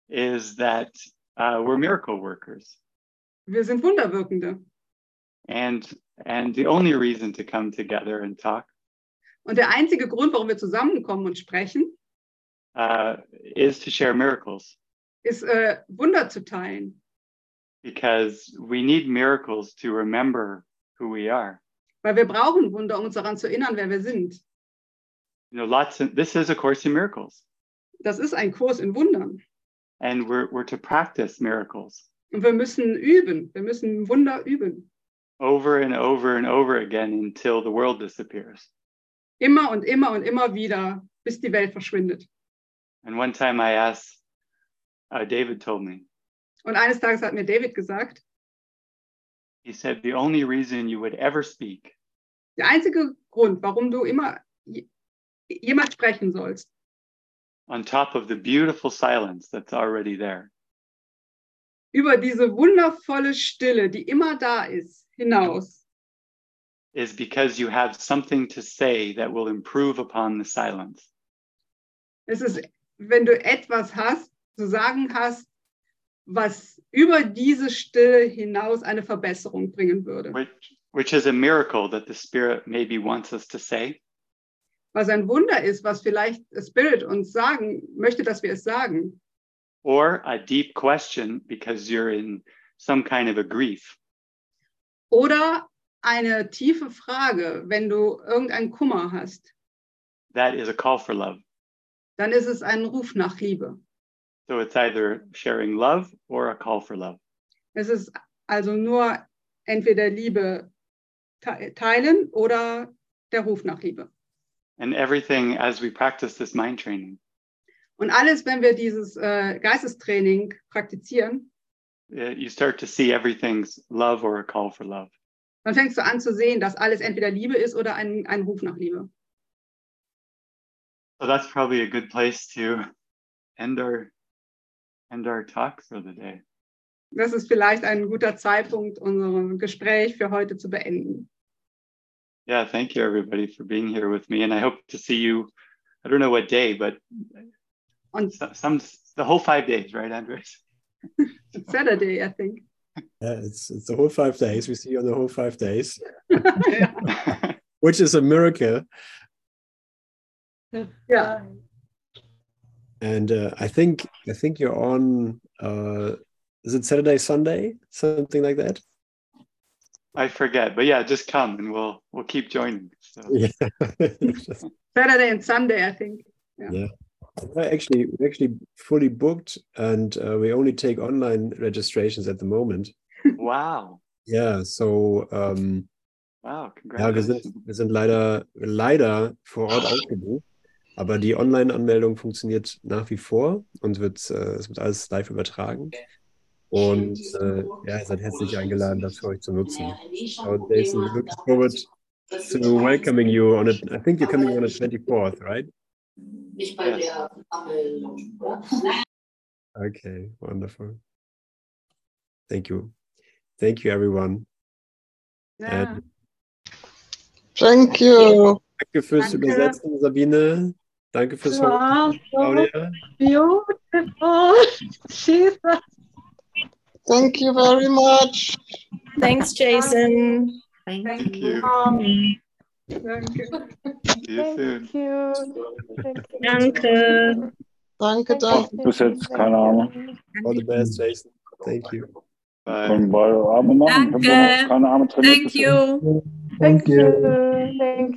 [SPEAKER 2] is that uh, we're miracle workers,
[SPEAKER 3] wir sind Wunderwirkende.
[SPEAKER 2] and and the only reason to come together and talk
[SPEAKER 3] Und der einzige Grund, warum wir zusammenkommen und sprechen,
[SPEAKER 2] uh, is to share miracles
[SPEAKER 3] ist äh, Wunder zu teilen.
[SPEAKER 2] because we need miracles to remember who we are.
[SPEAKER 3] Weil wir brauchen Wunder, um uns daran zu erinnern, wer wir sind.
[SPEAKER 2] You know, lots of this is a course in miracles,
[SPEAKER 3] Das ist ein Kurs in Wundern.
[SPEAKER 2] and we're we're to practice miracles
[SPEAKER 3] Und wir müssen üben. Wir müssen Wunder üben.
[SPEAKER 2] over and over and over again until the world disappears.
[SPEAKER 3] Immer und immer und immer wieder, bis die Welt verschwindet.
[SPEAKER 2] And one time I asked, uh, David told me,
[SPEAKER 3] Und eines Tages hat mir David gesagt,
[SPEAKER 2] he said, the only reason you would ever speak
[SPEAKER 3] der einzige Grund, warum du immer je- jemals sprechen sollst,
[SPEAKER 2] on top of the beautiful silence that's already there
[SPEAKER 3] über diese wundervolle Stille, die immer da ist, hinaus,
[SPEAKER 2] is because you have something to say that will improve upon the silence.
[SPEAKER 3] Es ist, wenn du etwas hast, zu sagen hast, was über diese Stille hinaus eine Verbesserung bringen würde.
[SPEAKER 2] which which is a miracle that the spirit maybe wants us to say
[SPEAKER 3] Was ein Wunder ist, was vielleicht Spirit uns sagen möchte, dass wir es sagen.
[SPEAKER 2] or a deep question because you're in some kind of a grief
[SPEAKER 3] Oder eine tiefe Frage, wenn du irgendeinen Kummer hast,
[SPEAKER 2] that is a call for love
[SPEAKER 3] dann ist es ein Ruf nach Liebe.
[SPEAKER 2] so it's either sharing love or a call for love
[SPEAKER 3] Es ist also nur entweder Liebe te- teilen oder der Ruf nach Liebe.
[SPEAKER 2] and everything as we practice this mind training
[SPEAKER 3] Und alles, wenn wir dieses äh, Geistestraining praktizieren,
[SPEAKER 2] eh, you start to see everything's love or a call for love
[SPEAKER 3] dann fängst du an zu sehen, dass alles entweder Liebe ist oder ein, ein Ruf nach Liebe.
[SPEAKER 2] so that's probably a good place to end our end our talk for the day
[SPEAKER 3] Das ist vielleicht ein guter Zeitpunkt, unser Gespräch für heute zu beenden.
[SPEAKER 2] Yeah, thank you everybody for being here with me, and I hope to see you. I don't know what day, but
[SPEAKER 3] On-
[SPEAKER 2] so- some the whole five days, right, Andres?
[SPEAKER 3] Saturday, I think.
[SPEAKER 1] Yeah, it's it's the whole five days. We see you on the whole five days,
[SPEAKER 3] ja.
[SPEAKER 1] which is a miracle.
[SPEAKER 3] ja.
[SPEAKER 1] And uh, I think I think you're on. Uh, is it Saturday, Sunday, something like that?
[SPEAKER 2] I forget, but yeah, just come and we'll we'll keep joining. So
[SPEAKER 1] Yeah.
[SPEAKER 3] Saturday and Sunday, I think.
[SPEAKER 1] We're actually we're actually fully booked, and uh, we only take online registrations at the moment.
[SPEAKER 2] wow,
[SPEAKER 1] Yeah, so um, Ja, wir
[SPEAKER 2] wow, congratulations!
[SPEAKER 1] sind, wir sind leider, leider vor Ort ausgebucht, aber die Online-Anmeldung funktioniert nach wie vor und wird, äh, es wird alles live übertragen. Und äh, ja, ihr seid herzlich eingeladen, das für euch zu nutzen. So, Jason, looking forward to welcoming you on it. I think you're coming on the 24th, right?
[SPEAKER 6] Nicht bei
[SPEAKER 2] Yes.
[SPEAKER 6] der Anmeldung, oder?
[SPEAKER 1] Okay, wonderful. Thank you. Thank you, everyone.
[SPEAKER 3] Ja.
[SPEAKER 7] Thank you.
[SPEAKER 1] Danke fürs
[SPEAKER 3] Danke.
[SPEAKER 1] Übersetzen, Sabine. Danke fürs Hosten,
[SPEAKER 8] so
[SPEAKER 1] Claudia.
[SPEAKER 8] beautiful. Jesus.
[SPEAKER 7] Thank you very much.
[SPEAKER 9] Thanks, Jason.
[SPEAKER 2] Thank you.
[SPEAKER 3] Danke.
[SPEAKER 2] See you soon.
[SPEAKER 8] Thank you. Thank you.
[SPEAKER 9] Danke.
[SPEAKER 7] Danke, danke.
[SPEAKER 8] Thank
[SPEAKER 10] Danke. Bis jetzt, keine Ahnung.
[SPEAKER 1] All the best, Jason. Thank you.
[SPEAKER 2] Bye.
[SPEAKER 10] Können beide Arme machen. Ich habe
[SPEAKER 9] Danke.
[SPEAKER 10] noch keine Arme trainiert.
[SPEAKER 9] Thank
[SPEAKER 10] bisher.
[SPEAKER 9] you.
[SPEAKER 8] Thank you. Thank